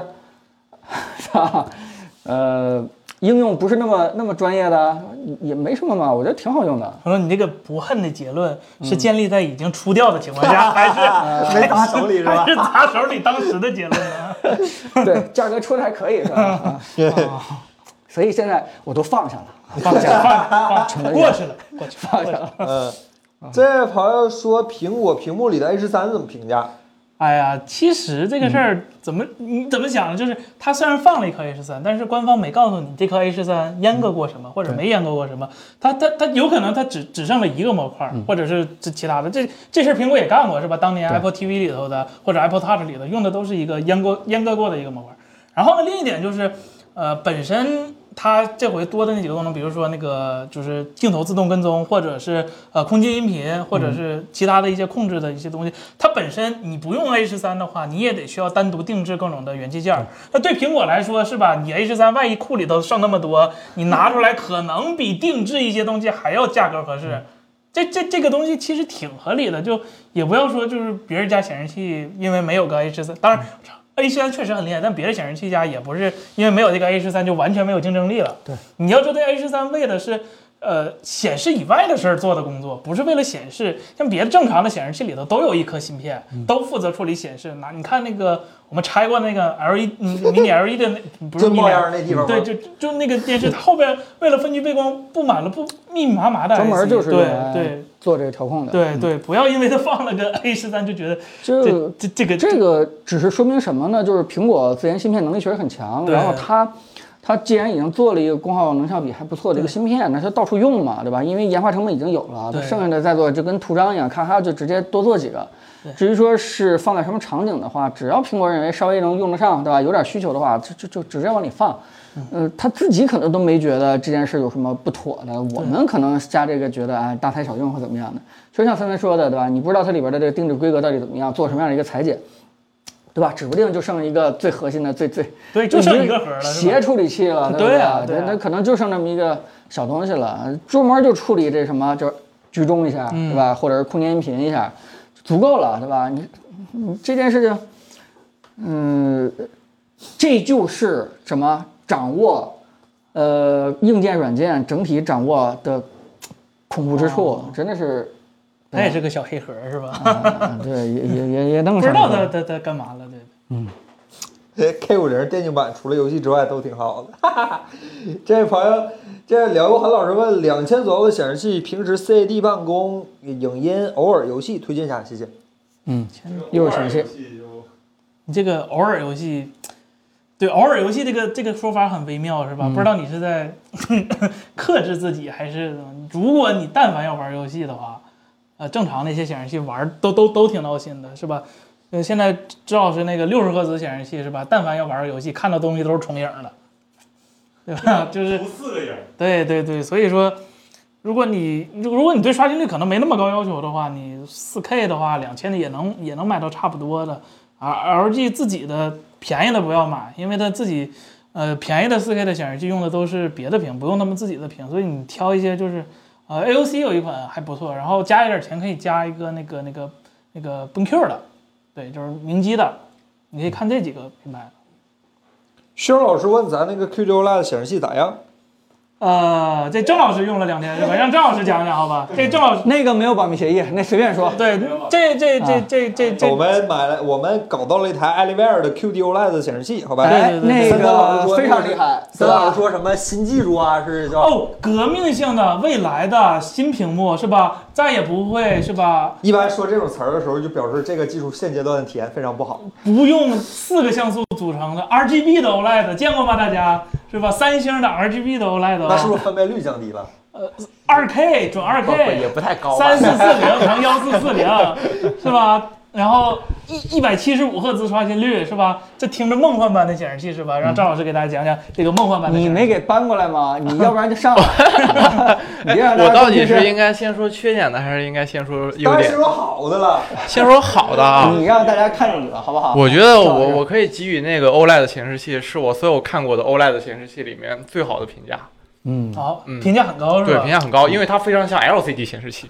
啊， 呃，应用不是那么那么专业的，也也没什么嘛，我觉得挺好用的。我说你这个不恨的结论是建立在已经出掉的情况 下，还是没打手里是吧还？是砸手里当时的结论呢？对， 价格出的还可以，是吧？啊所以现在我都放下了， 放下放下，过去了过去 了放下。了。 嗯。这位朋友说，苹果屏幕里的 H 三怎么评价？哎呀，其实这个事儿怎么、你怎么想呢？就是它虽然放了一颗 H 三，但是官方没告诉你这颗 H 三阉割过什么，或者没阉割过什么。它它它有可能它只只剩了一个模块，或者是这其他的。这这事儿苹果也干过是吧？当年 Apple TV 里头的或者 Apple Touch 里头用的都是一个阉割阉割过的一个模块。然后呢，另一点就是，呃，本身它这回多的那几个功能，比如说那个就是镜头自动跟踪，或者是呃空间音频，或者是其他的一些控制的一些东西，它本身你不用 A 1 3的话，你也得需要单独定制各种的元器件儿。那对苹果来说是吧？你 A 1 3万一库里头剩那么多，你拿出来可能比定制一些东西还要价格合适。这这这个东西其实挺合理的，就也不要说就是别人家显示器因为没有个 A 1 3当然 A 1 3确实很厉害，但别的显示器家也不是因为没有这个 A 1 3就完全没有竞争力了。对，你要知道 A 1 3为的是。呃，显示以外的事儿做的工作，不是为了显示。像别的正常的显示器里头都有一颗芯片，都负责处理显示。拿你看那个我们拆过那个 LED 嗯 mini LED 的那不是就 mini 冒 LED 烟那嗯地方吗对，？就就那个电视它后边为了分区背光布满了不密密麻麻的 IC，专门就是哎对用来对做这个调控的，对对，不要因为它放了个 A 十三就觉得嗯就这这这个这个只是说明什么呢？就是苹果自研芯片能力确实很强，对然后它它既然已经做了一个功耗能效比还不错的一个芯片，那它到处用嘛，对吧？因为研发成本已经有了，对剩下的再做就跟图章一样，咔咔就直接多做几个。至于说是放在什么场景的话，只要苹果认为稍微能用得上，对吧？有点需求的话，就就就直接往里放。嗯呃，他自己可能都没觉得这件事有什么不妥的，我们可能加这个觉得啊、哎大材小用或怎么样的。就像三三说的，对吧？你不知道它里边的这个定制规格到底怎么样，做什么样的一个裁剪，对吧？指不定就剩一个最核心的、最最对，就剩一个盒了，是吧鞋处理器了，不对啊对啊那那可能就剩那么一个小东西了，专门就处理这什么，就居中一下，对嗯吧？或者是空间音频一下，足够了，对吧？你你这件事情，嗯，这就是什么掌握，呃，硬件软件整体掌握的恐怖之哦处，真的是，它也是个小黑盒是吧？啊对，也也也也那么 不知道它的，它它干嘛了，对。 K 五零电竞版除了游戏之外都挺好的。 哈哈哈。这位朋友，这位辽国韩老师问：两千左右的显示器，平时 CAD 办公、影音，偶尔游戏，推荐一下，谢谢。嗯，一会儿显示你这个偶尔游戏，对偶尔游戏这个这个说法很微妙，是吧？不知道你是在 克制自己，还是怎么如果你但凡要玩游戏的话，呃，正常那些显示器玩儿都都都挺闹心的，是吧？呃，现在至少是那个六十赫兹显示器是吧？但凡要玩儿游戏，看到东西都是重影儿的，对吧？ 就是涂四个眼儿，对对对，所以说，如果你如果你对刷新率可能没那么高要求的话，你4 K 的话，两千的也能也能买到差不多的。而 LG 自己的便宜的不要买，因为它自己呃便宜的4 K 的显示器用的都是别的屏，不用他们自己的屏，所以你挑一些就是呃 AOC 有一款还不错，然后加一点钱可以加一个那个那个那个 BenQ 的，对，就是明基的，你可以看这几个品牌。薛老师问咱那个 QQ OLED 显示器咋样？呃，这郑老师用了两天是吧？让郑老师讲讲好吧？这郑老师。那个没有保密协议，那随便说。对，这这这啊这这我这，们买了，我们搞到了一台艾丽威尔 E 的 QD OLED 显示器，好吧？对哎，对对那森森老师个说非常厉害，对森吧老师说什么新技术啊？是叫哦，革命性的未来的新屏幕是吧？再也不会是吧？一般说这种词儿的时候，就表示这个技术现阶段的体验非常不好。不用四个像素组成的 RGB 的 OLED，见过吗？大家是吧？三星的 RGB 的 OLED，那是不是分辨率降低了？二 K 准二不不也 K，不太高吧三四四零乘幺四四零 是吧？然后一一百七十五赫兹刷新率是吧？这听着梦幻般的显示器是吧？让赵老师给大家讲讲这个梦幻般的你显示器。没给搬过来 吗？你要不然就上来。 你让大我家到都底听是听应该先说缺点呢，还是应该先说优当然是点？说好的了。先说好的啊。你让大家看见你了，好嗯不好？我觉得赵老我师我可以给予那个 OLED 显示器是我所有看过的 OLED 显示器里面最好的评价，嗯，好，嗯评价很高是对，吧评？价很高，因为它非常像 LCD 显示器，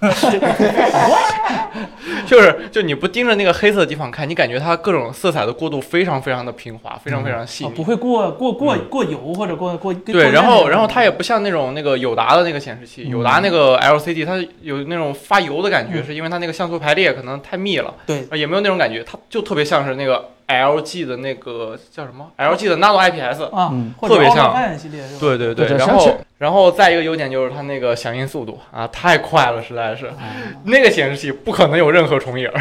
就是就你不盯着那个黑色的地方看，你感觉它各种色彩的过渡非常非常的平滑，非常非常细啊腻不。会过过过过油或者过过过嗯对，然过后热然后它也不像那种那个友达的那个显示器，友达那个 LCD 它有那种发油的感觉，嗯是因为它那个像素排列可能太密了，对呃，也没有那种感觉，它就特别像是那个 LG 的那个叫什么 LG 的 Nano IPS。啊嗯，或者特别 Ultra 像 Fan 系列是吧？对对对然像后是然后再一个优点就是它那个响应速度啊，太快了，实在是， 那个显示器不可能有任何重影儿，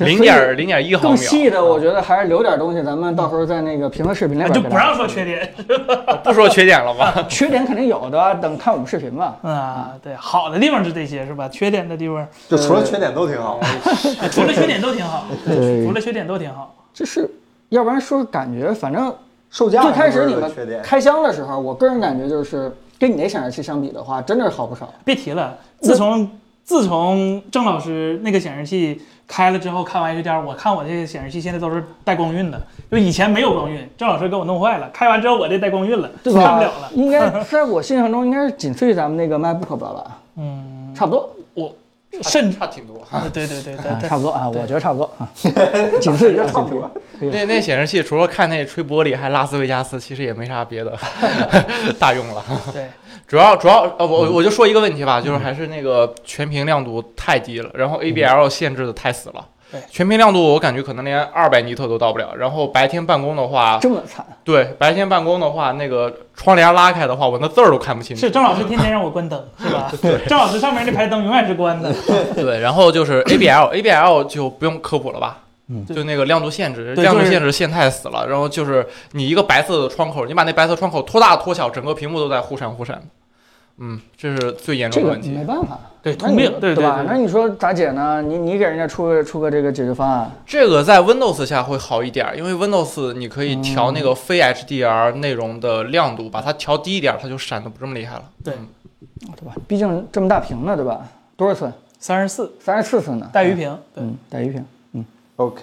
零点零点一毫更秒。细的，我觉啊得还是留点东西，咱们到时候在那个评论视频里哎边就给不大家让说缺点。 啊不说缺点了 吧？缺点肯定有的，等看我们视频吧。嗯啊，对，好的地方是这些是吧？缺点的地 方，就除了缺点都挺好。哎除了缺点都挺好，对除了缺点都挺好。就是要不然说感觉，反正售价最开始你是不是有们缺点，开箱的时候，我个人感觉就是跟你那显示器相比的话，真的是好不少。别提了，自从自从郑老师那个显示器开了之后，看完一家，我看我这个显示器现在都是带光晕的，就以前没有光晕，郑老师给我弄坏了，开完之后我这带光晕了，对看吧？不了了。应该在我印象中，应该是仅次于咱们那个 MacBook 吧吧，嗯，差不多。甚至差挺多。啊，对对对对啊，对，差不多啊，我觉得差不多啊，仅次于差不多。那那显示器除了看那吹玻璃，还拉斯维加斯，其实也没啥 别的 大用了。对， 嗯主要主要呃，我我就说一个问题吧，就是还是那个全屏亮度太低了，然后 ABL 限制的太死了嗯对。全屏亮度我感觉可能连二百尼特都到不了。然后白天办公的话，这么惨，对白天办公的话，那个窗帘拉开的话，我那字儿都看不清楚。是郑老师天天让我关灯，是吧？郑 老师上面那排灯永远是关的。对，然后就是 ABL，ABL 就不用科普了吧？嗯就那个亮度限制，对亮度就是限制限太死了。然后就是你一个白色的窗口，你把那白色窗口拖大拖小，整个屏幕都在忽闪忽闪。嗯，这是最严这重的个问题。没办法，对，那通你病，对吧？对那你说咋解呢？你你给人家出个出个这个解决方案，这个在 Windows 下会好一点儿，因为 Windows 你可以调那个非 HDR 内容的亮度，把它调低一点儿，它就闪的不这么厉害了。对嗯对吧？毕竟这么大屏呢，对吧？多少寸？三十四三十四寸呢？带鱼屏，对，嗯，带鱼屏。 OK，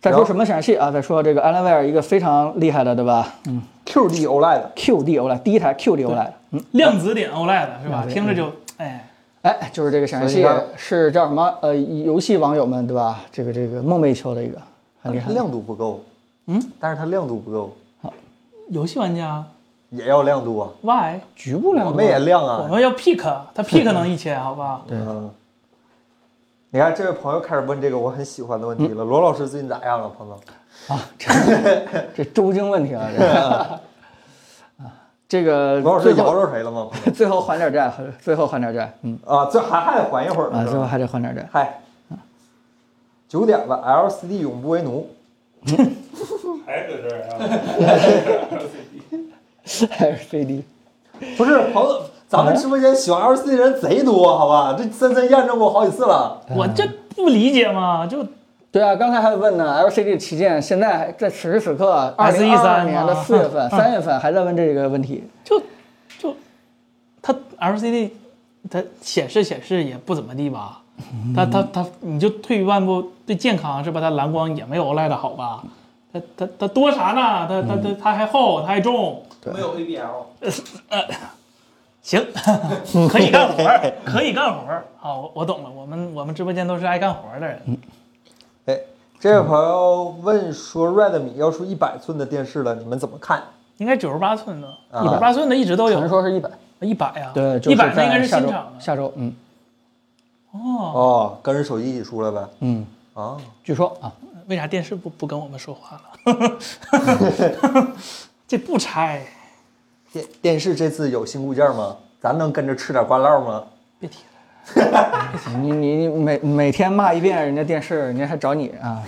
再然说后什么显示器啊？再说这个 Alienware 一个非常厉害的，对吧？嗯 QD OLED， ，QD OLED 第一台 QD OLED，嗯，量子点 OLED 是吧？量子点听着就哎，哎，就是这个显示所以器它是叫什么？呃，游戏网友们对吧？这个这个梦寐以求的一个，很厉害。啊亮度不够，嗯，但是它亮度不够，游戏玩家也要亮度啊， why？局部亮我度们也亮我啊，们要 pick，它 pick 能一千，好不好？嗯。你看，这位朋友开始问这个我很喜欢的问题嗯了。罗老师最近咋样了，彭总？啊，这这周经问题了， 这个啊，这个罗老师最摇后着谁了吗？朋友最后还点债，最后还点债，嗯啊，这还还得缓一会儿啊，呢。最是后吧还得还点债。嗨，九点了，LCD 永不为奴。还搁这儿啊？ LCD 不是，朋友，咱们直播间喜欢 LCD 人贼多，好吧？这森森验证过好几次了。我这不理解嘛，就对啊，刚才还问呢，LCD 旗舰现在在此时此刻，二零二2013二年的吗四月份、三月份还在问这个问题，就就它 LCD 它显示显示也不怎么地吧，它它它你就退一万步，对健康是吧？它蓝光也没有 OLED 好吧？它它它多啥呢？它它它它还厚，它还重，没有 ABL。 行，可以干活儿，可以干活儿。好，我我懂了，我们我们直播间都是爱干活儿的人。嗯哎，这位朋友问说，Redmi 要出一百寸的电视了，你们怎么看？应该九十八寸的，啊九十八寸的一直都传有，说是一百，一百呀，对，就啊一百是那在应该是新下周厂的。下周，嗯哦，哦，跟着手机一起出来呗。嗯，啊，据说啊，为啥电视不不跟我们说话了？ 这不拆，电电视这次有新固件吗？咱能跟着吃点瓜烙吗？别提了。你你你每每天骂一遍人家电视，人家还找你啊，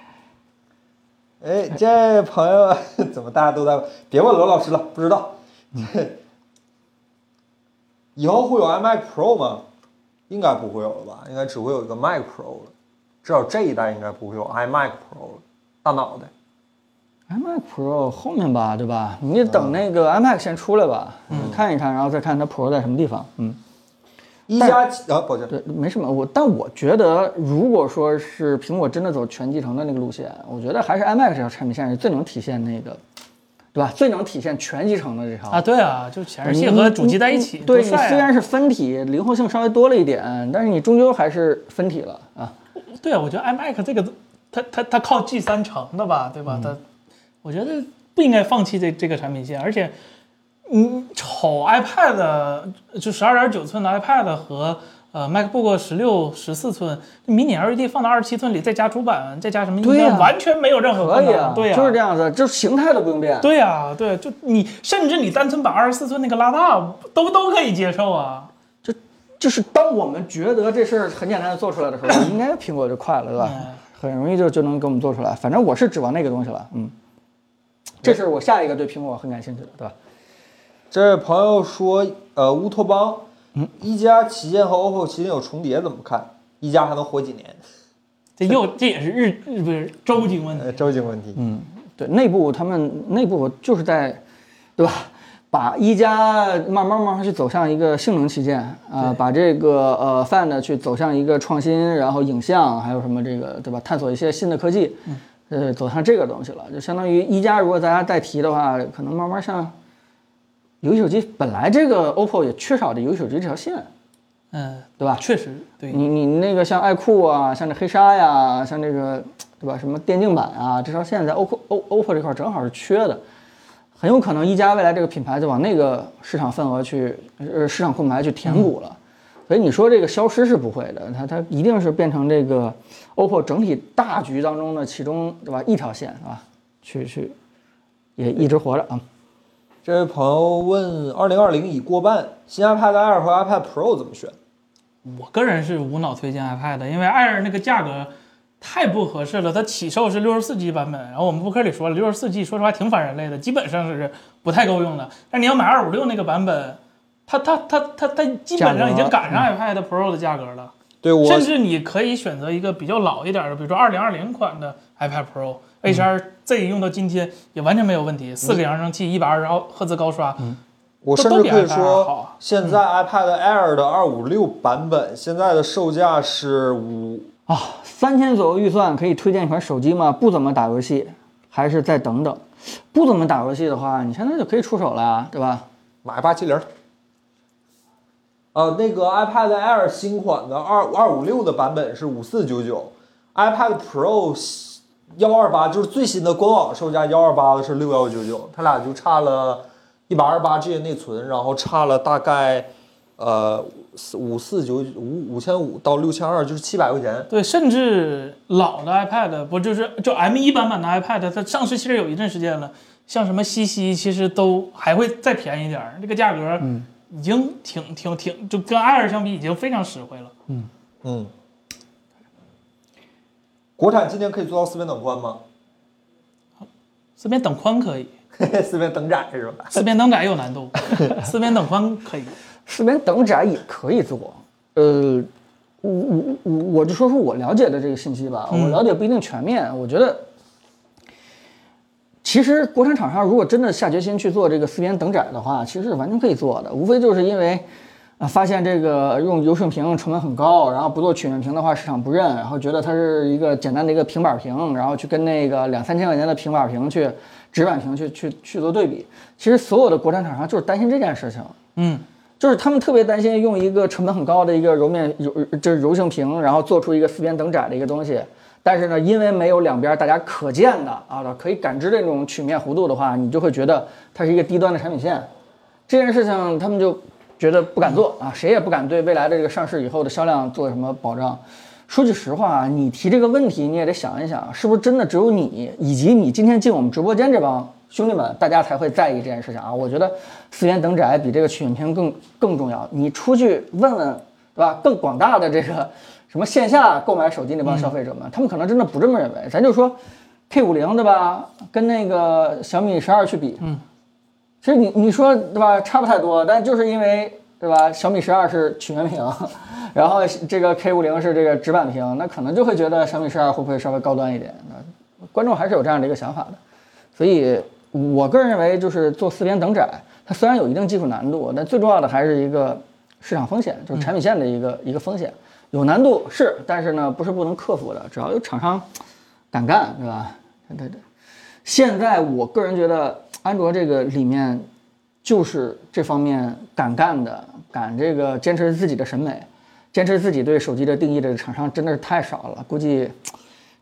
哎，这位朋友 怎么大家都在问？别问罗老师了，不知道。 以后会有 iMac Pro 吗？应该不会有了吧？应该只会有一个 Mac Pro 了，至少这一代应该不会有 iMac Pro 了。大脑袋， iMac Pro 后面吧，对吧？你等那嗯个 iMac 先出来吧，看一看，然后再看它 Pro 在什么地方。嗯，一加七啊，抱歉，对，没什么。我但我觉得，如果说是苹果真的走全集成的那个路线，我觉得还是 iMac 这条产品线是最能体现那个，对吧？最能体现全集成的这条啊，。对啊，就显示器你和你主机在一你起，嗯对多你帅啊虽然是分体，灵活性稍微多了一点，但是你终究还是分体了啊。对啊，我觉得 iMac 这个它它它靠 G 三成的吧，对吧？它嗯我觉得不应该放弃这这个产品线，而且嗯，瞅 iPad 的就十二点九寸的 iPad 和呃 MacBook 十六、十四寸迷你 LED 放到二十七寸里，再加主板，再加什么对呀硬件完全没有任何可困以啊难，对呀、就是这样子，就是形态都不用变。对呀、对，就你甚至你单纯把二十四寸那个拉大，都都可以接受啊。就是当我们觉得这事儿很简单的做出来的时候，应该苹果就快了，对吧嗯？很容易就就能给我们做出来。反正我是指望那个东西了，嗯。这是我下一个对苹果很感兴趣的，对吧？这位朋友说，呃，乌托邦，一加旗舰和 OPPO 旗舰有重叠，怎么看？一加还能活几年？ 这又这也是日日不是周经问呃，题，周经问题，嗯，对，内部他们内部就是在，对吧？把一加慢慢慢慢去走向一个性能旗舰啊、呃把这个呃 Find 去走向一个创新，然后影像还有什么这个对吧？探索一些新的科技，呃，走向这个东西了。就相当于一加，如果大家再提的话，可能慢慢像游戏手机，本来这个 OPPO 也缺少这游戏手机这条线，嗯，对吧？确实对。你你那个像爱酷啊，像这黑鲨呀、像这个对吧，什么电竞版啊，这条线在 OPPO O OPPO 这块正好是缺的，很有可能一加未来这个品牌就往那个市场份额去呃市场空白去填补了。所以你说这个消失是不会的，它它一定是变成这个 OPPO 整体大局当中的其中对吧一条线啊，去去也一直活着啊。这位朋友问，二零二零已过半，新 iPad Air 和 iPad Pro 怎么选？我个人是无脑推荐 iPad 的，因为 Air 那个价格太不合适了。它起售是六十四 G 版本，然后我们播客里说了，六十四 G 说实话挺反人类的，基本上是不太够用的。但你要买二五六那个版本，它它它它它基本上已经赶上 iPad Pro 的价格嗯了。对我甚至你可以选择一个比较老一点儿的，比如说二零二零款的 iPad Pro HRZ 用到今天也完全没有问题，四个扬声器，一百二十毫赫兹高刷，我都甚都至比可以 iPad 2说，好。啊嗯现在 iPad Air 的二五六版本现在的售价是五啊，三千左右预算可以推荐一款手机吗？不怎么打游戏，还是再等等。不怎么打游戏的话，你现在就可以出手了呀，对吧？买八七零。呃，那个 iPad Air 新款的二二五六的版本是五四九九，iPad Pro 幺二八就是最新的官网售价幺二八的是六幺九九，它俩就差了一百二十八 G 的内存，然后差了大概呃五四九五五千五到六千二，就是七百块钱。对，甚至老的 iPad 不就是就 M 一版本的 iPad，它上市其实有一阵时间了，像什么西西其实都还会再便宜点儿，这个价格嗯已经挺挺挺就跟 Air 相比已经非常实惠了。嗯，国产今年可以做到四边等宽 吗？四边等宽可以，四边等窄是吧？四边等窄有难度， 四边等宽可以。四边等窄也可以做。呃，我我我我就说说我了解的这个信息吧，我了解不一定全面。我觉得，其实国产厂商如果真的下决心去做这个四边等窄的话，其实是完全可以做的，无非就是因为。啊，发现这个用柔顺屏成本很高，然后不做曲面屏的话市场不认，然后觉得它是一个简单的一个平板屏，然后去跟那个两三千块钱的平板屏去直板屏去去去做对比。其实所有的国产厂商就是担心这件事情，嗯，就是他们特别担心用一个成本很高的一个柔面柔就是柔性屏，然后做出一个四边等窄的一个东西。但是呢，因为没有两边大家可见的啊，可以感知这种曲面弧度的话，你就会觉得它是一个低端的产品线。这件事情他们就觉得不敢做啊，谁也不敢对未来的这个上市以后的销量做什么保障。说句实话，啊你提这个问题，你也得想一想，是不是真的只有你以及你今天进我们直播间这帮兄弟们，大家才会在意这件事情啊？我觉得四元等窄比这个曲面屏更更重要。你出去问问，对吧？更广大的这个什么线下购买手机那帮消费者们，他们可能真的不这么认为。咱就说 K 五零对吧？跟那个小米十二去比，其实你你说对吧，差不太多，但就是因为对吧，小米十二是曲面屏，然后这个 K 五零是这个直板屏，那可能就会觉得小米十二会不会稍微高端一点？那观众还是有这样的一个想法的，所以我个人认为，就是做四边等窄，它虽然有一定技术难度，但最重要的还是一个市场风险，就是产品线的一个、一个风险，有难度是，但是呢，不是不能克服的，只要有厂商敢干，对吧？对对。现在我个人觉得，安卓这个里面就是这方面敢干的、敢这个坚持自己的审美、坚持自己对手机的定义的厂商真的是太少了，估计。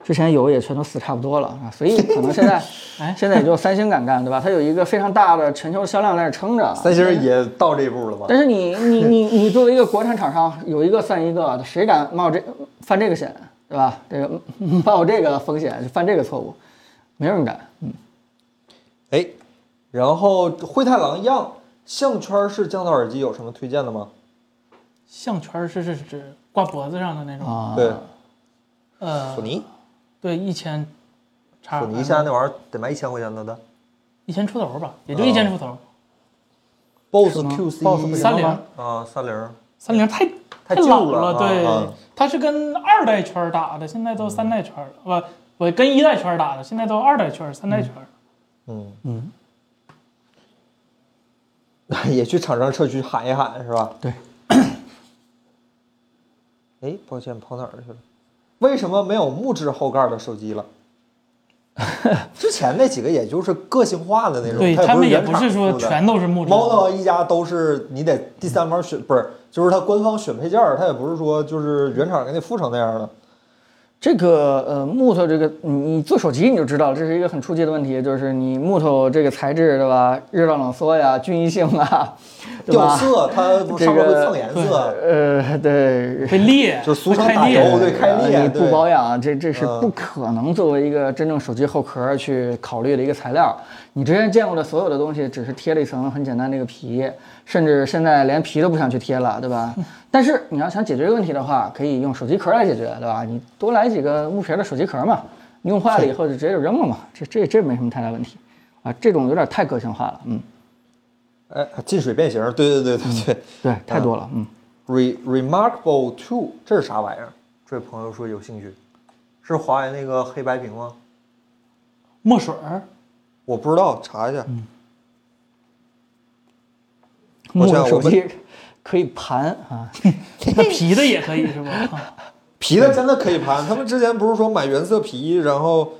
之前有也全都死差不多了啊，所以可能现 在，哎，现在也就三星敢干，对吧？它有一个非常大的全球销量在那撑着，啊三星也到这一步了吧？但是你你你你作为一个国产厂商，有一个算一个，谁敢冒这犯这个险，对吧？这个 嗯冒这个风险就犯这个错误，没有人敢。哎，然后灰太狼样项圈式降噪耳机有什么推荐的吗？项圈是是指挂脖子上的那种。啊，对，呃索，尼，对，一千叉，索尼现在那玩意儿得卖一千块钱了的一千出头吧，也就哦一千出头。 ，BOSS 吗 QC BOSS 不行三零啊，三零，三零太太旧老了啊对啊，它是跟二代圈儿打的，现在都三代圈儿了，不，我跟一代圈儿打的，现在都二代圈儿、三代圈儿。嗯嗯， 也去厂商社区喊一喊是吧？ 对。哎，抱歉，跑哪儿去了？为什么没有木质后盖的手 机了？之前那几个也就是个性化的那种，对嗯它他们也不不是说全都是木质的。 Mono 一家都是你得第三方选，不是，就是它官方选配件儿，它也不是说就是原厂给你附成那样的。这个呃木头这个，你你做手机你就知道了，这是一个很初级的问题，就是你木头这个材质对吧？热胀冷缩呀，均一性啊，对掉吧？色，它不上面会蹭颜 色，呃，对，会裂， 就是俗称会打开油裂。，对，开呃裂，你对不保养，这这是嗯不可能作为一个真正手机后壳去考虑的一个材料。你之前见过的所有的东西，只是贴了一层很简单的一个皮，甚至现在连皮都不想去贴了，对 吧？但是你要想解决这个问题的话，可以用手机壳来解决，对吧？你多来几个木皮儿的手机壳嘛，你用坏了以后就直接就扔了嘛，这这这没什么太大问题啊。这种有点太个性化了，嗯，哎，进水变形，对对对对对。对，太多了，嗯。 Re Remarkable Two，这是啥玩意儿？这位朋友说有兴趣，是华为那个黑白屏吗？墨水儿，我不知道，查一下。嗯木我想头手我们机 可以盘 啊，那皮的也可以是吧？啊皮的真的可以盘，他们之前不是说买原色皮，然后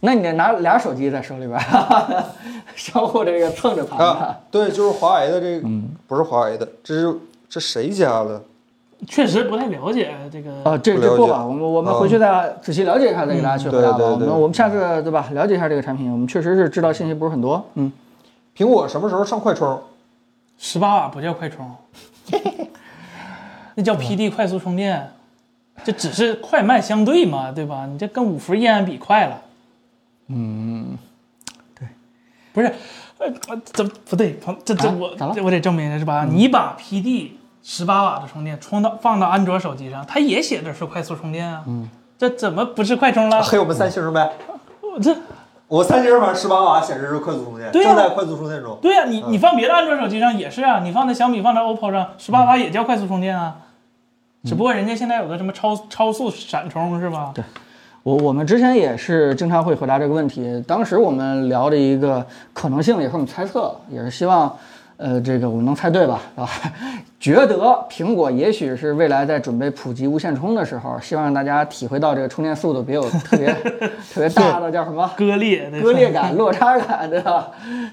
那你得拿俩手机在手里边儿， 相互这个蹭着盘啊啊。，对，就是华为的这个，嗯不是华为的，这是这谁家的？确实不太了解这个啊，这不这了过解吧，我们我们嗯回去再仔细了解一下，再给大家去回答吧。对对我们对我们下次对吧，了解一下这个产品，我们确实是知道信息不是很多。嗯，苹果什么时候上快充？十八瓦不叫快 充，那叫 PD 快速充电，这只是快慢相对嘛，对吧？你这跟五伏一安比快了。嗯，对，不是，呃，怎么不对？朋这这啊我咋了嗯这我得证明一下是吧？你把 PD 十八瓦的充电充到放到安卓手机上，它也写着是快速充电啊。嗯，这怎么不是快充了？黑我们三星呗，我这我三星反正十八瓦显示是快速充电，对呀正在快速充电中。对呀、你你放别的安卓手机上也是啊，你放在小米、放在 OPPO 上，十八瓦也叫快速充电啊，嗯只不过人家现在有的什么超超速闪充是吧？我我们之前也是经常会回答这个问题。当时我们聊的一个可能性，也是我们猜测，也是希望，呃，这个我们能猜对吧？ 啊，觉得苹果也许是未来在准备普及无线充的时候，希望让大家体会到这个充电速度别有特别 特别大的叫什么割裂，对吧 割裂 感、落差感，对吧？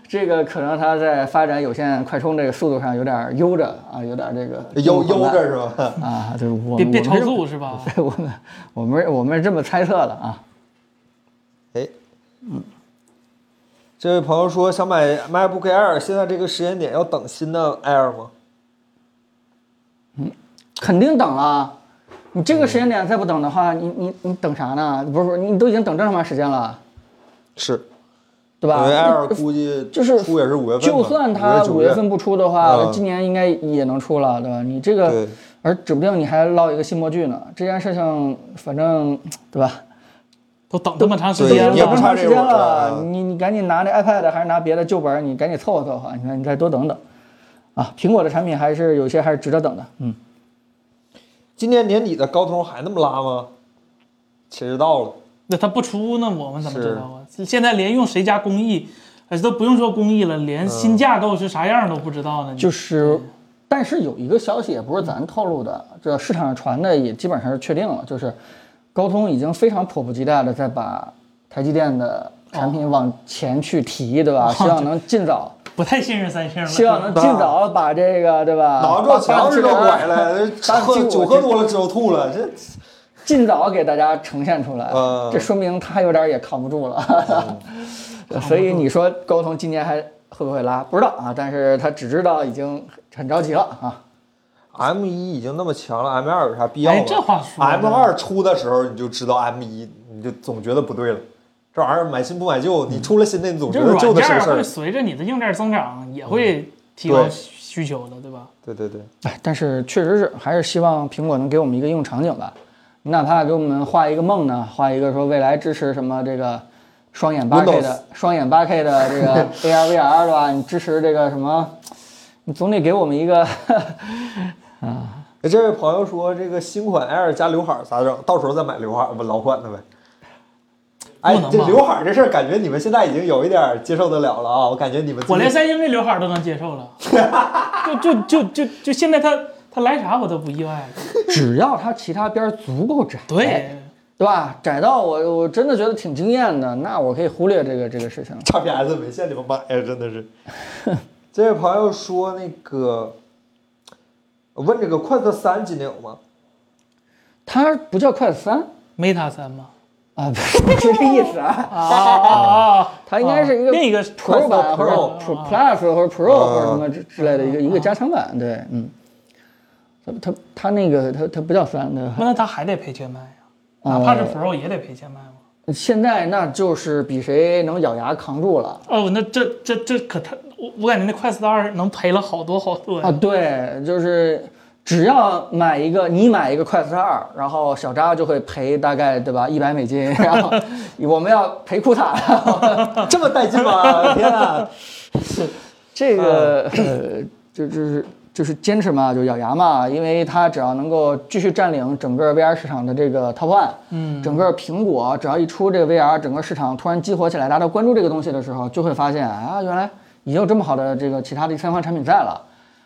这个可能它在发展有线快充这个速度上有点悠着啊，有点这个悠悠着是吧？啊，就是我别别超，我速是吧？们 我们我们我们是这么猜测的啊。哎，嗯，这位朋友说想买 MacBook Air，现在这个时间点要等新的 Air 吗？肯定等啊！你这个时间点再不等的话，你你你等啥呢？不是不是，你都已经等这么长时间了，是，对因吧为？Air 估计就是出也是五月份嘛，就算它五五月月九份不出的话，嗯今年应该也能出了，对吧？你这个对，而指不定你还落一个新模具呢。这件事情，反正对吧？都等这么长时都已间经对也等这么不了，差长这时间会儿啊了了，你你赶紧拿那 iPad 还是拿别的旧本儿，你赶紧凑合凑合，你看你再多等等。啊，苹果的产品还是有些还是值得等的，嗯，今年年底的高通还那么拉吗？其实到了，那它不出呢，我们怎么知道啊？现在连用谁家工艺，呃，都不用说工艺了，连嗯新架构是啥样都不知道呢。就是是，但是有一个消息也不是咱透露的，这市场上传的也基本上是确定了，就是高通已经非常迫不及待的在把台积电的产品往前去提，对吧？希望能尽早，不太信任三星了。希啊望能尽早把这个，对吧？脑撞八墙八啊是七都零拐了，喝酒喝多了之后吐了，这尽早给大家呈现出来，嗯这说明他有点也扛不住了。 所以你说高通今年还会不会拉？不知道啊，但是他只知道已经很着急了啊。 M 一已经那么强了，M 二有啥必要吗？哎这话说的 M 二出的时候你就知道 M 一，你就总觉得不对了。这玩意儿买新不买旧，你出了新的，你总这觉得旧软的是件事会儿。嗯随着你的硬件增长也会提对高需求的，对吧？对对对，哎，但是确实是，还是希望苹果能给我们一个应用场景吧。你哪怕给我们画一个梦呢，画一个说未来支持什么这个双眼八 K 的双眼八 K 的这个 AR VR 对吧？你支持这个什么？你总得给我们一个 哎这位朋友说这个新款 Air 加刘海儿咋整？到时候再买刘海儿不老款的呗。哎不能，吧这刘海儿这事儿，感觉你们现在已经有一点儿接受得了了啊！我感觉你们我连三星这刘海儿都能接受了， 就就就就就现在他他来啥我都不意外哎了。只要它其他边儿足够窄，对，对吧？窄到我我真的觉得挺惊艳的，那我可以忽略这个这个事情。叉 PS 没限你们买呀，真的是。这位朋友说那个，我问这个快测三今年有吗？它不叫快三 Meta 三吗？啊，不是不是这意思啊，啊啊啊！它应该是一个另一个 Pro 版或者 Pro Pro Plus 或者 Pro 或者什么之之类的一个一个加强版，对，嗯。它它它那个它它不叫三的，那他还得赔钱卖呀，啊呃哪怕是 Pro 也得赔钱卖吗？现在那就是比谁能咬牙扛住了哦，那这这这可太，我我感觉那快四二能赔了好多好多呀。 啊！对，就是只要买一个，你买一个快四二，然后小扎就会赔大概对吧一百美金，然后我们要赔库塔， 嗯这么带劲 吗？天啊！这个呃，就就是就是坚持嘛，就咬牙嘛，因为它只要能够继续占领整个 VR 市场的这个 top one，嗯，整个苹果只要一出这个 VR，整个市场突然激活起来，大家关注这个东西的时候，就会发现啊，原来也有这么好的这个其他的第三方产品在了。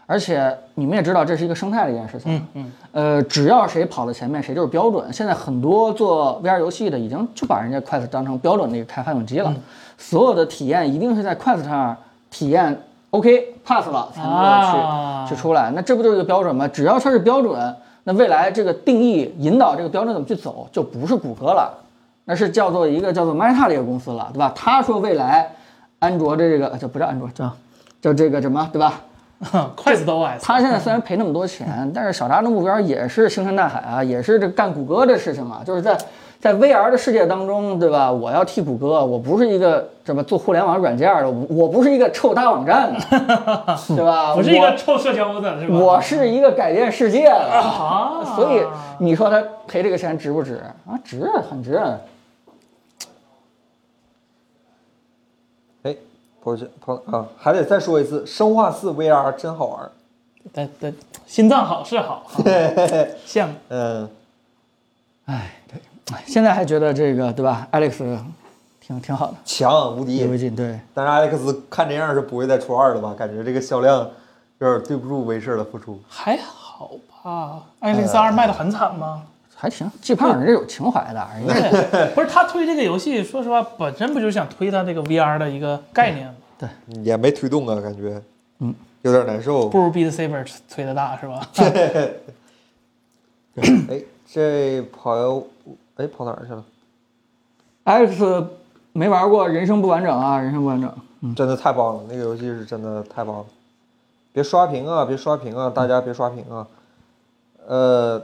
而且你们也知道，这是一个生态的一件事情。嗯嗯。呃，只要谁跑到前面，谁就是标准。现在很多做 VR 游戏的已经就把人家 Quest 当成标准的一个开发用机了，所有的体验一定是在 Quest 上体验 OK pass 了才能够去、啊去出来。那这不就是一个标准吗？只要它是标准，那未来这个定义引导这个标准怎么去走，就不是谷歌了，那是叫做一个叫做 Meta 的一个公司了，对吧？他说未来安卓的这个呃就不叫安卓，叫叫这个什么，对吧？快四 OS，他现在虽然赔那么多钱，但是小扎的目标也是星辰大海啊，也是这干谷歌的事情嘛，就是在在 VR 的世界当中，对吧？我要替谷歌，我不是一个什么做互联网软件的，我我不是一个臭搭网站的，对吧？我是一个臭社交的，是吧？我是一个改变世界的，啊，所以你说他赔这个钱值不值啊？值，很值。哎，跑去跑啊，还得再说一次，《生化四 VR》真好玩儿。但但心脏好 是好，羡慕。嗯，现在还觉得这个对吧，Alex 挺挺好的，强无意犹敌。未尽。对，但是 Alex 看这样是不会再出二了吧？感觉这个销量有点对不住威视的付出。还好吧？艾利斯二卖的很惨吗？还行。季胖人家有情怀的，人家对，不是他推这个游戏，说实话，本身不就是想推他这个 VR 的一个概念吗？也没推动啊，感觉，嗯，有点难受。不如 Beat Saber 推的大是吧？哎，这跑友，哎，跑哪儿去了？ Alex 没玩过《人生不完整》啊，《人生不完整》真的太棒了，那个游戏是真的太棒了。别刷屏啊，别刷屏啊，大家别刷屏啊。呃，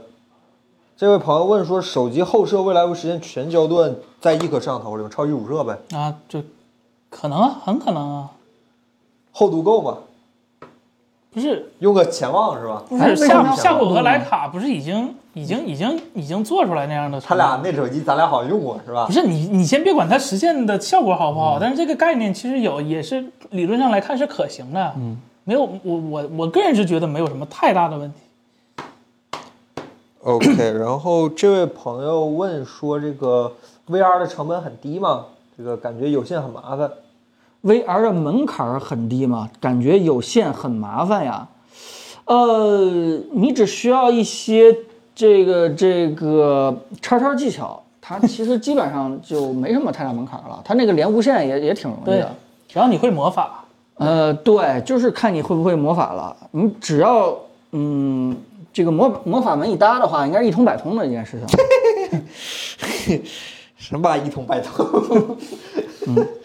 这位朋友问说，手机后摄未来会实现全焦段在一颗摄像头里吗？超级五摄呗，啊，就可能啊，很可能啊，厚度够吗？不是用个潜望是吧？不哎是为什么夏要夏普和莱卡不是已经已经已经已经做出来那样的？他俩那手机咱俩好像用过是吧不？是你，你先别管它实现的效果好不好，但是这个概念其实有，也是理论上来看是可行的。嗯，没有，我我我个人是觉得没有什么太大的问题。 OK，然 后这位朋友问说，这个 VR 的成本很低吗？这个感觉有线很麻烦。 VR 的门槛儿很低嘛，感觉有限很麻烦呀。呃，你只需要一些这个这个叉叉技巧，它其实基本上就没什么太大门槛儿了。它那个连无线也也挺容易对的。，只要你会魔法，呃，对，就是看你会不会魔法了。你只要嗯，这个魔魔法门一搭的话，应该是一通百通的一件事情。什么一通百通？嗯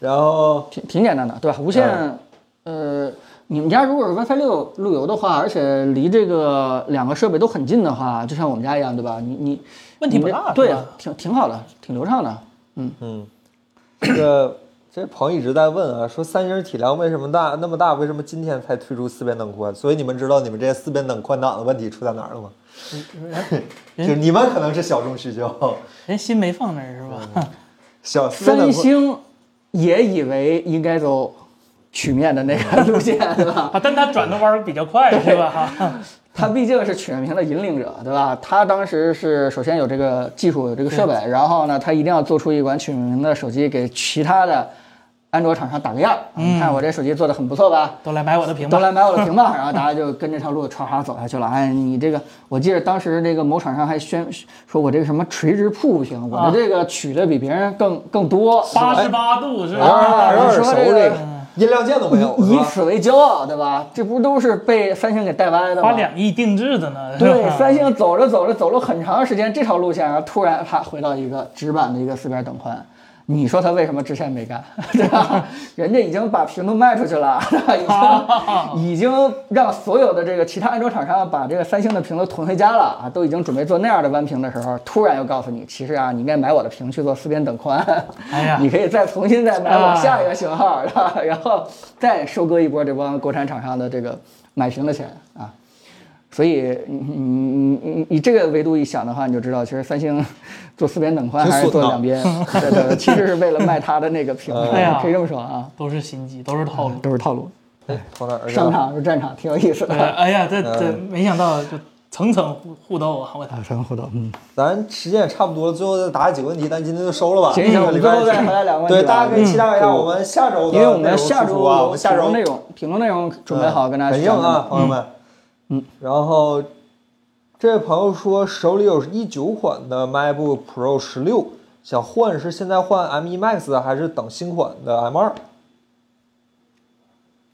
然后挺挺简单的，对吧？无嗯线，呃，你们家如果是 WiFi 六路由的话，而且离这个两个设备都很近的话，就像我们家一样，对吧？你你问题不你这大是吧对，挺挺好的，挺流畅的。这个这朋友一直在问啊，说三星体量为什么大那么大？为什么今天才推出四边等宽？所以你们知道你们这些四边等宽档的问题出在哪儿了吗？嗯就是你们可能是小众需求，人哎心没放那儿是吧？小四边等三宽。星也以为应该走曲面的那个路线，对吧？啊，但他转的弯儿比较快是吧？哈，它毕竟是曲面屏的引领者，对吧？它当时是首先有这个技术，有这个设备，然后呢，它一定要做出一款曲面屏的手机给其他的安卓厂商打个样儿。啊你嗯看我这手机做的很不错吧？都来买我的屏都吧。来买我的屏吧，然后大家就跟这条路唰唰走下去了。哎，你这个，我记得当时这个某厂商还宣说我这个什么垂直瀑布屏，我的这个取的比别人更更多，啊八十八度是吧？啊，有你点说熟这这个个，音量键都没有，是以吧？此为骄傲，对吧？这不都是被三星给带歪的花吗？两亿定制的呢。是吧对，三星啊走着走着走了很长时间这条路线，然后突然啪回到一个直板的一个四边等宽。你说他为什么之前没干， 对吧？人家已经把屏都卖出去了， 对吧已经已经让所有的这个其他安卓厂商把这个三星的屏都囤回家了啊，都已经准备做那样的弯屏的时候，突然又告诉你，其实啊，你应该买我的屏去做四边等宽，哎呀， 你可以再重新再买我下一个型号， 对吧？然后再收割一波这帮国产厂商的这个买屏的钱啊。所以嗯你你你你你嗯这个维度一想的话，你就知道，其实三星做四边等宽挺还是损做的两 边，对对，对其实是为了卖它的那个 屏，哎呀可以这么说啊，都是心机，都是套路。都是套路。从哪儿上场是战场，挺有意思对的。哎呀，这这嗯没想到就层层互互斗啊！我操打，成互动，嗯，咱时间也差不多了，最后再答几个问题，咱今天就收了吧。行行，这我个们礼最拜后再回来两个问题对，吧。大家可以期待一下嗯我们下周的因为我们内容下输周出啊，我们下评周论内容评论内容准备好跟大家很去硬讲啊，朋友们。嗯，然后这位朋友说手里有一九款的 MacBook Pro 十六，想换是现在换 M1 Max 还是等新款的 M2？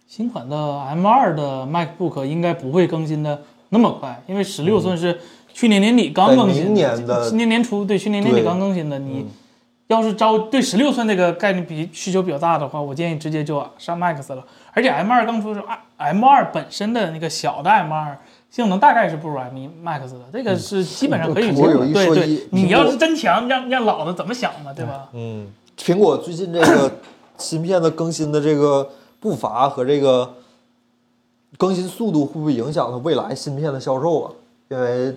新款的 M2 的 MacBook 应该不会更新的那么快，因为十六寸是去年年底刚嗯更对明新的，年的今年年初对，去年年底对嗯刚更新的。你要是招对十六寸这个概念比需求比较大的话，我建议直接就啊上 Max 了。而且 M2 刚出的时候，M2 本身的那个小的 M2 性能大概是不如 M1 Max 的，这个是基本上可以嗯接受我有的。一对说一对，苹你果要是真强，让让老子怎么想呢？对吧？嗯，苹果最近这个芯片的更新的这个步伐和这个更新速度，会不会影响它未来芯片的销售啊？因为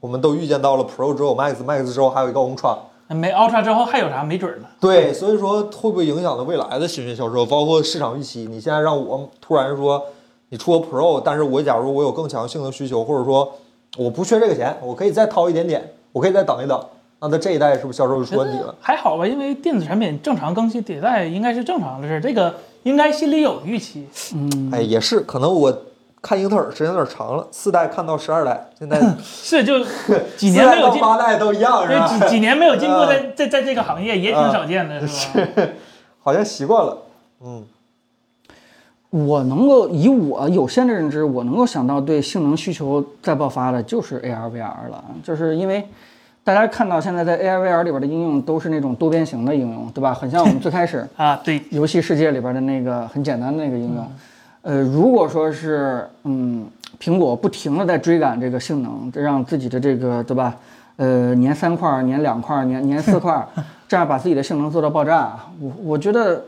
我们都预见到了 Pro 之后 Max，Max 之后还有一个 Ultra，没 Ultra 之后还有啥没准儿呢？对，所以说会不会影响到未来的芯片销售，包括市场预期？你现在让我突然说你出个 Pro，但是我假如我有更强性能需求，或者说我不缺这个钱，我可以再掏一点点，我可以再等一等，那它这一代是不是销售就出问题了？还好吧，因为电子产品正常更新迭代应该是正常的事儿，这个应该心里有预期。哎，也是，可能我看英特尔时间有点长了，四代看到十二代， 现在四是 就几年没代有到进，八代都一样是对几吧？几年没有进步啊在，嗯在在这个行业也挺少见的，是吧？ 好像习惯了，嗯，我能够以我有限的认知，我能够想到对性能需求再爆发的就是 AR VR 了，就是因为大家看到现在在 AR VR 里边的应用都是那种多边形的应用，对吧？很像我们最开始啊，对，游戏世界里边的那个很简单的那个应用。呃，如果说是嗯，苹果不停的在追赶这个性能，这让自己的这个对吧？呃，年三块儿、年两块儿、年年四块儿，这样把自己的性能做到爆炸，我我觉得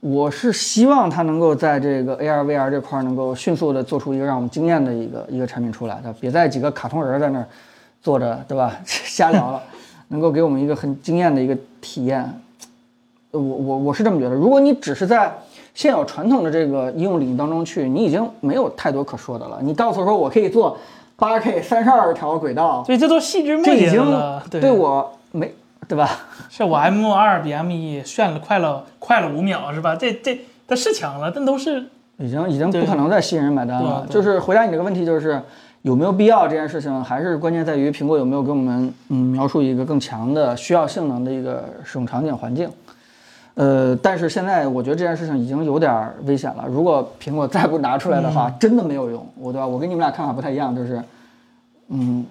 我是希望它能够在这个 AR VR 这块儿能够迅速的做出一个让我们惊艳的一个一个产品出来的，别再几个卡通人儿在那儿坐着对吧 瞎聊了，能够给我们一个很惊艳的一个体验。我我我是这么觉得，如果你只是在现有传统的这个应用领域当中去，你已经没有太多可说的了。你到时候说我可以做八 K 三十二条轨道，对，这都细枝末这已节经了。对我没对吧？是我 M 二比 M 一炫了快了快了五秒，是吧？这这它是强了，但都是已经已经对不可能再吸引人买单对了啊。对就是回答你这个问题，就是有没有必要这件事情，还是关键在于苹果有没有给我们嗯描述一个更强的需要性能的一个使用场景环境。呃，但是现在我觉得这件事情已经有点儿危险了。如果苹果再不拿出来的话，嗯真的没有用。我对吧？我跟你们俩看法不太一样，就是，嗯，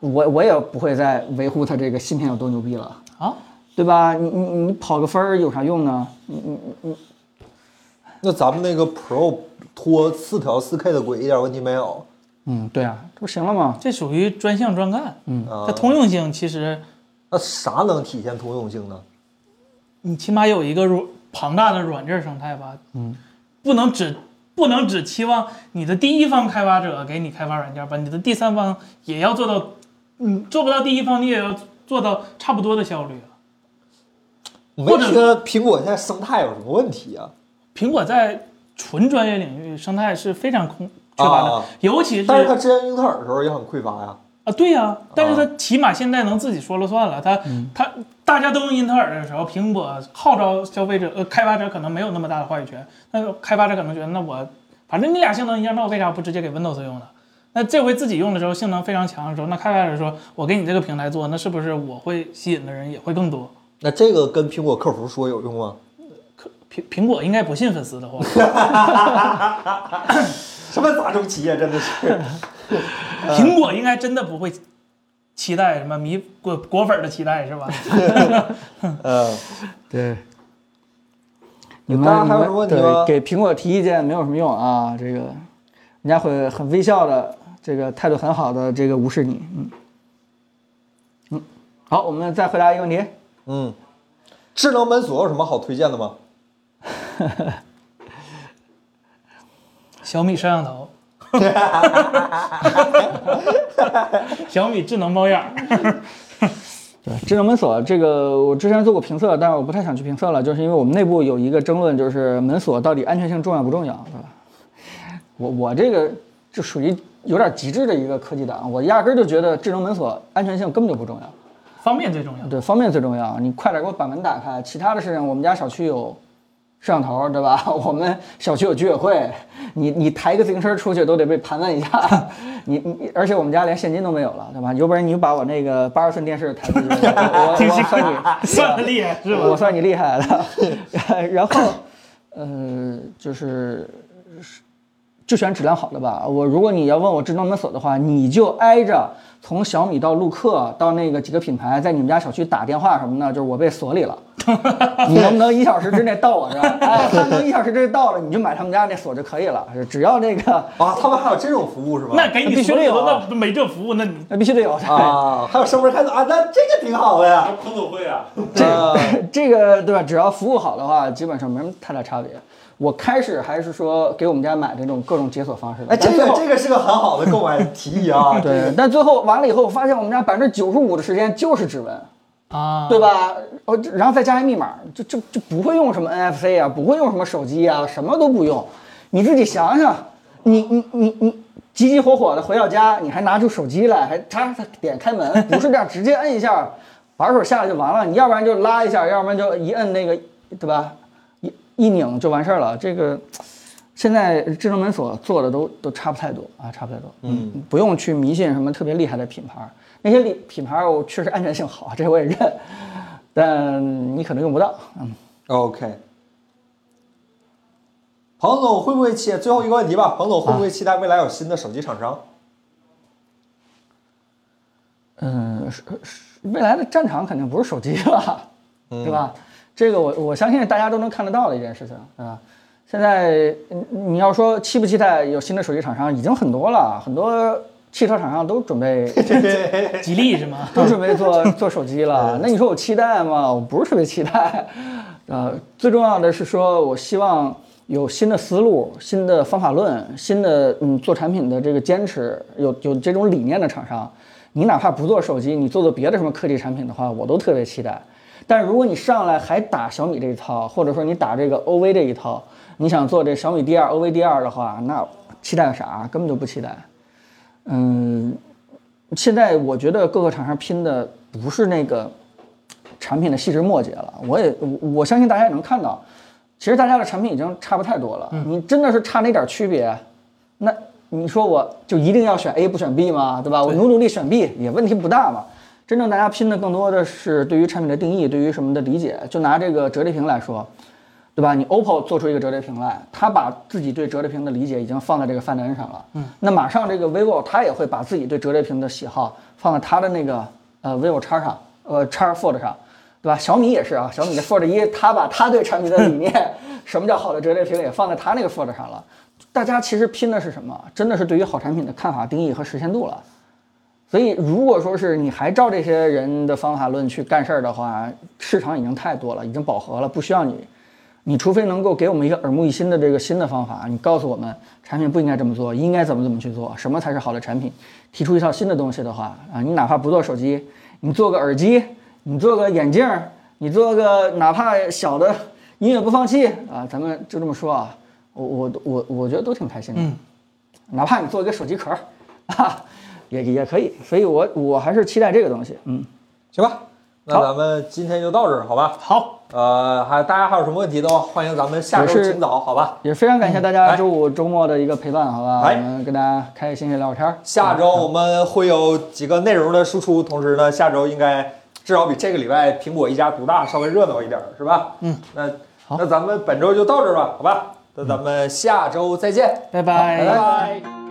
我我也不会再维护它这个芯片有多牛逼了。啊，对吧？你你你跑个分儿有啥用呢？你你那咱们那个 Pro 拖四条四 K 的轨一点问题没有，嗯，对啊，这不行了吗？这属于专项专干。嗯，啊它通用性其实那啥能体现通用性呢？你起码有一个软庞大的软件生态吧。嗯，不能只不能只期望你的第一方开发者给你开发软件吧，你的第三方也要做到，嗯，做不到第一方，你也要做到差不多的效率啊。没觉得苹果现在生态有什么问题啊？苹果在纯专业领域生态是非常空缺乏的，啊尤其是但是它之前英特尔的时候也很匮乏呀。啊，对呀、但是它起码现在能自己说了算了。它它大家都用英特尔的时候，苹果号召消费者呃开发者可能没有那么大的话语权，那开发者可能觉得那我反正你俩性能一样，那我为啥不直接给 Windows 用呢？那这回自己用的时候性能非常强的时候，那开发者说我给你这个平台做，那是不是我会吸引的人也会更多？那这个跟苹果客服说有用吗？苹苹果应该不信粉丝的话， 什么杂种企业真的是，苹果应该真的不会期待什么迷果果粉儿的期待是吧？嗯，对。你们大家你还有们什么问题吗对给苹果提意见没有什么用啊，这个人家会很微笑的，这个态度很好的，这个无视你，嗯嗯。嗯好，我们再回答一个问题。嗯，智能门锁有什么好推荐的吗？小米摄像 头，小米智能猫眼儿，对，智能门锁这个我之前做过评测，但是我不太想去评测了，就是因为我们内部有一个争论，就是门锁到底安全性重要不重要，对吧？我我这个就属于有点极致的一个科技党，我压根儿就觉得智能门锁安全性根本就不重要。方便最重要。对，方便最重要。你快点给我把门打开，其他的事情我们家小区有摄像头，对吧？ 我们小区有居委会，你你抬个自行车出去都得被盘问一下。 你你，而且我们家连现金都没有了，对吧？有本事你把我那个八十寸电视抬出去，我我我算你算的厉害是吧？我算你厉害了。 然后，呃，就是就选质量好的吧。我如果你要问我智能门锁的话，你就挨着从小米到陆克到那个几个品牌，在你们家小区打电话什么的，就是我被锁里了。你能不能一小时之内到我这儿？哎，他能一小时之内到了，你就买他们家那锁就可以了。只要那个，啊，他们还有这种服务是吗？那给你必须所得有有啊的那没这服务，那你那必须得有的。啊，还有升门开锁啊，那这个挺好的呀。还彭总会啊，这啊个 这个对吧？只要服务好的话，基本上没什么太大差别。我开始还是说给我们家买那种各种解锁方式的，哎，这但最个后这个是个很好的购买提议啊。对，但最后完了以后，我发现我们家百分之九十五的时间就是指纹，啊，对吧？哦，这然后再加一密码，就就就不会用什么 NFC 啊，不会用什么手机啊，什么都不用。你自己想想，你你你你急急火火的回到家，你还拿出手机来，还嚓嚓点开门，不是这样直接摁一下，把手下来就完了。你要不然就拉一下，要不然就一摁那个，对吧？一一拧就完事儿了。这个现在智能门锁做的都都差不太多啊，差不太多。嗯，不用去迷信什么特别厉害的品牌啊儿，那些品品牌儿我确实安全性好，这我也认，但你可能用不到。嗯， OK。彭总会不会期最后一个问题吧？彭总会不会期待未来有新的手机厂商？嗯，是是未来的战场肯定不是手机了，对吧？这个我我相信大家都能看得到的一件事情，对吧？现在嗯你要说期不期待有新的手机厂商，已经很多了，很多汽车厂商都准备 吉利是吗？都准备做 做手机了。那你说我期待吗？我不是特别期待。呃，最重要的是说，我希望有新的思路、新的方法论、新的嗯做产品的这个坚持，有有这种理念的厂商，你哪怕不做手机，你做做别的什么科技产品的话，我都特别期待。但如果你上来还打小米这一套，或者说你打这个 OV 这一套，你想做这小米 D 二、OV D 二的话，那期待啥？根本就不期待。嗯，现在我觉得各个厂商拼的不是那个产品的细枝末节了，我也我我相信大家也能看到，其实大家的产品已经差不太多了。你真的是差那点区别，那你说我就一定要选 A 不选 B 吗？对吧？我努努力选 B 也问题不大嘛。真正大家拼的更多的是对于产品的定义，对于什么的理解。就拿这个折叠屏来说，对吧？你 OPPO 做出一个折叠屏来，它把自己对折叠屏的理解已经放在这个范恩上了。嗯，那马上这个 vivo 它也会把自己对折叠屏的喜好放在它的那个呃 vivo X 上，呃 X Fold 上，对吧？小米也是啊，小米的 Fold 一，它把它对产品的理念，什么叫好的折叠屏也放在它那个 Fold 上了。大家其实拼的是什么？真的是对于好产品的看法、定义和实现度了。所以，如果说是你还照这些人的方法论去干事儿的话，市场已经太多了，已经饱和了，不需要你。你除非能够给我们一个耳目一新的这个新的方法，你告诉我们产品不应该这么做，应该怎么怎么去做，什么才是好的产品，提出一套新的东西的话啊，你哪怕不做手机，你做个耳机，你做个眼镜儿，你做个哪怕小的音乐播放器啊，咱们就这么说啊，我我我我觉得都挺开心的，哪怕你做一个手机壳儿，啊，也也可以，所以我我还是期待这个东西，嗯，行吧，那好咱们今天就到这儿，好吧？好，呃，还大家还有什么问题的话，欢迎咱们下我周是清早，好吧？也非常感谢大家周五周末的一个陪伴，好吧，哎我们跟大家开开心心聊会儿天儿。下周我们会有几个内容的输出，同时呢，下周应该至少比这个礼拜苹果一家独大稍微热闹一点儿，是吧？嗯，那那咱们本周就到这儿吧，好吧？那咱们下周再见，拜拜拜拜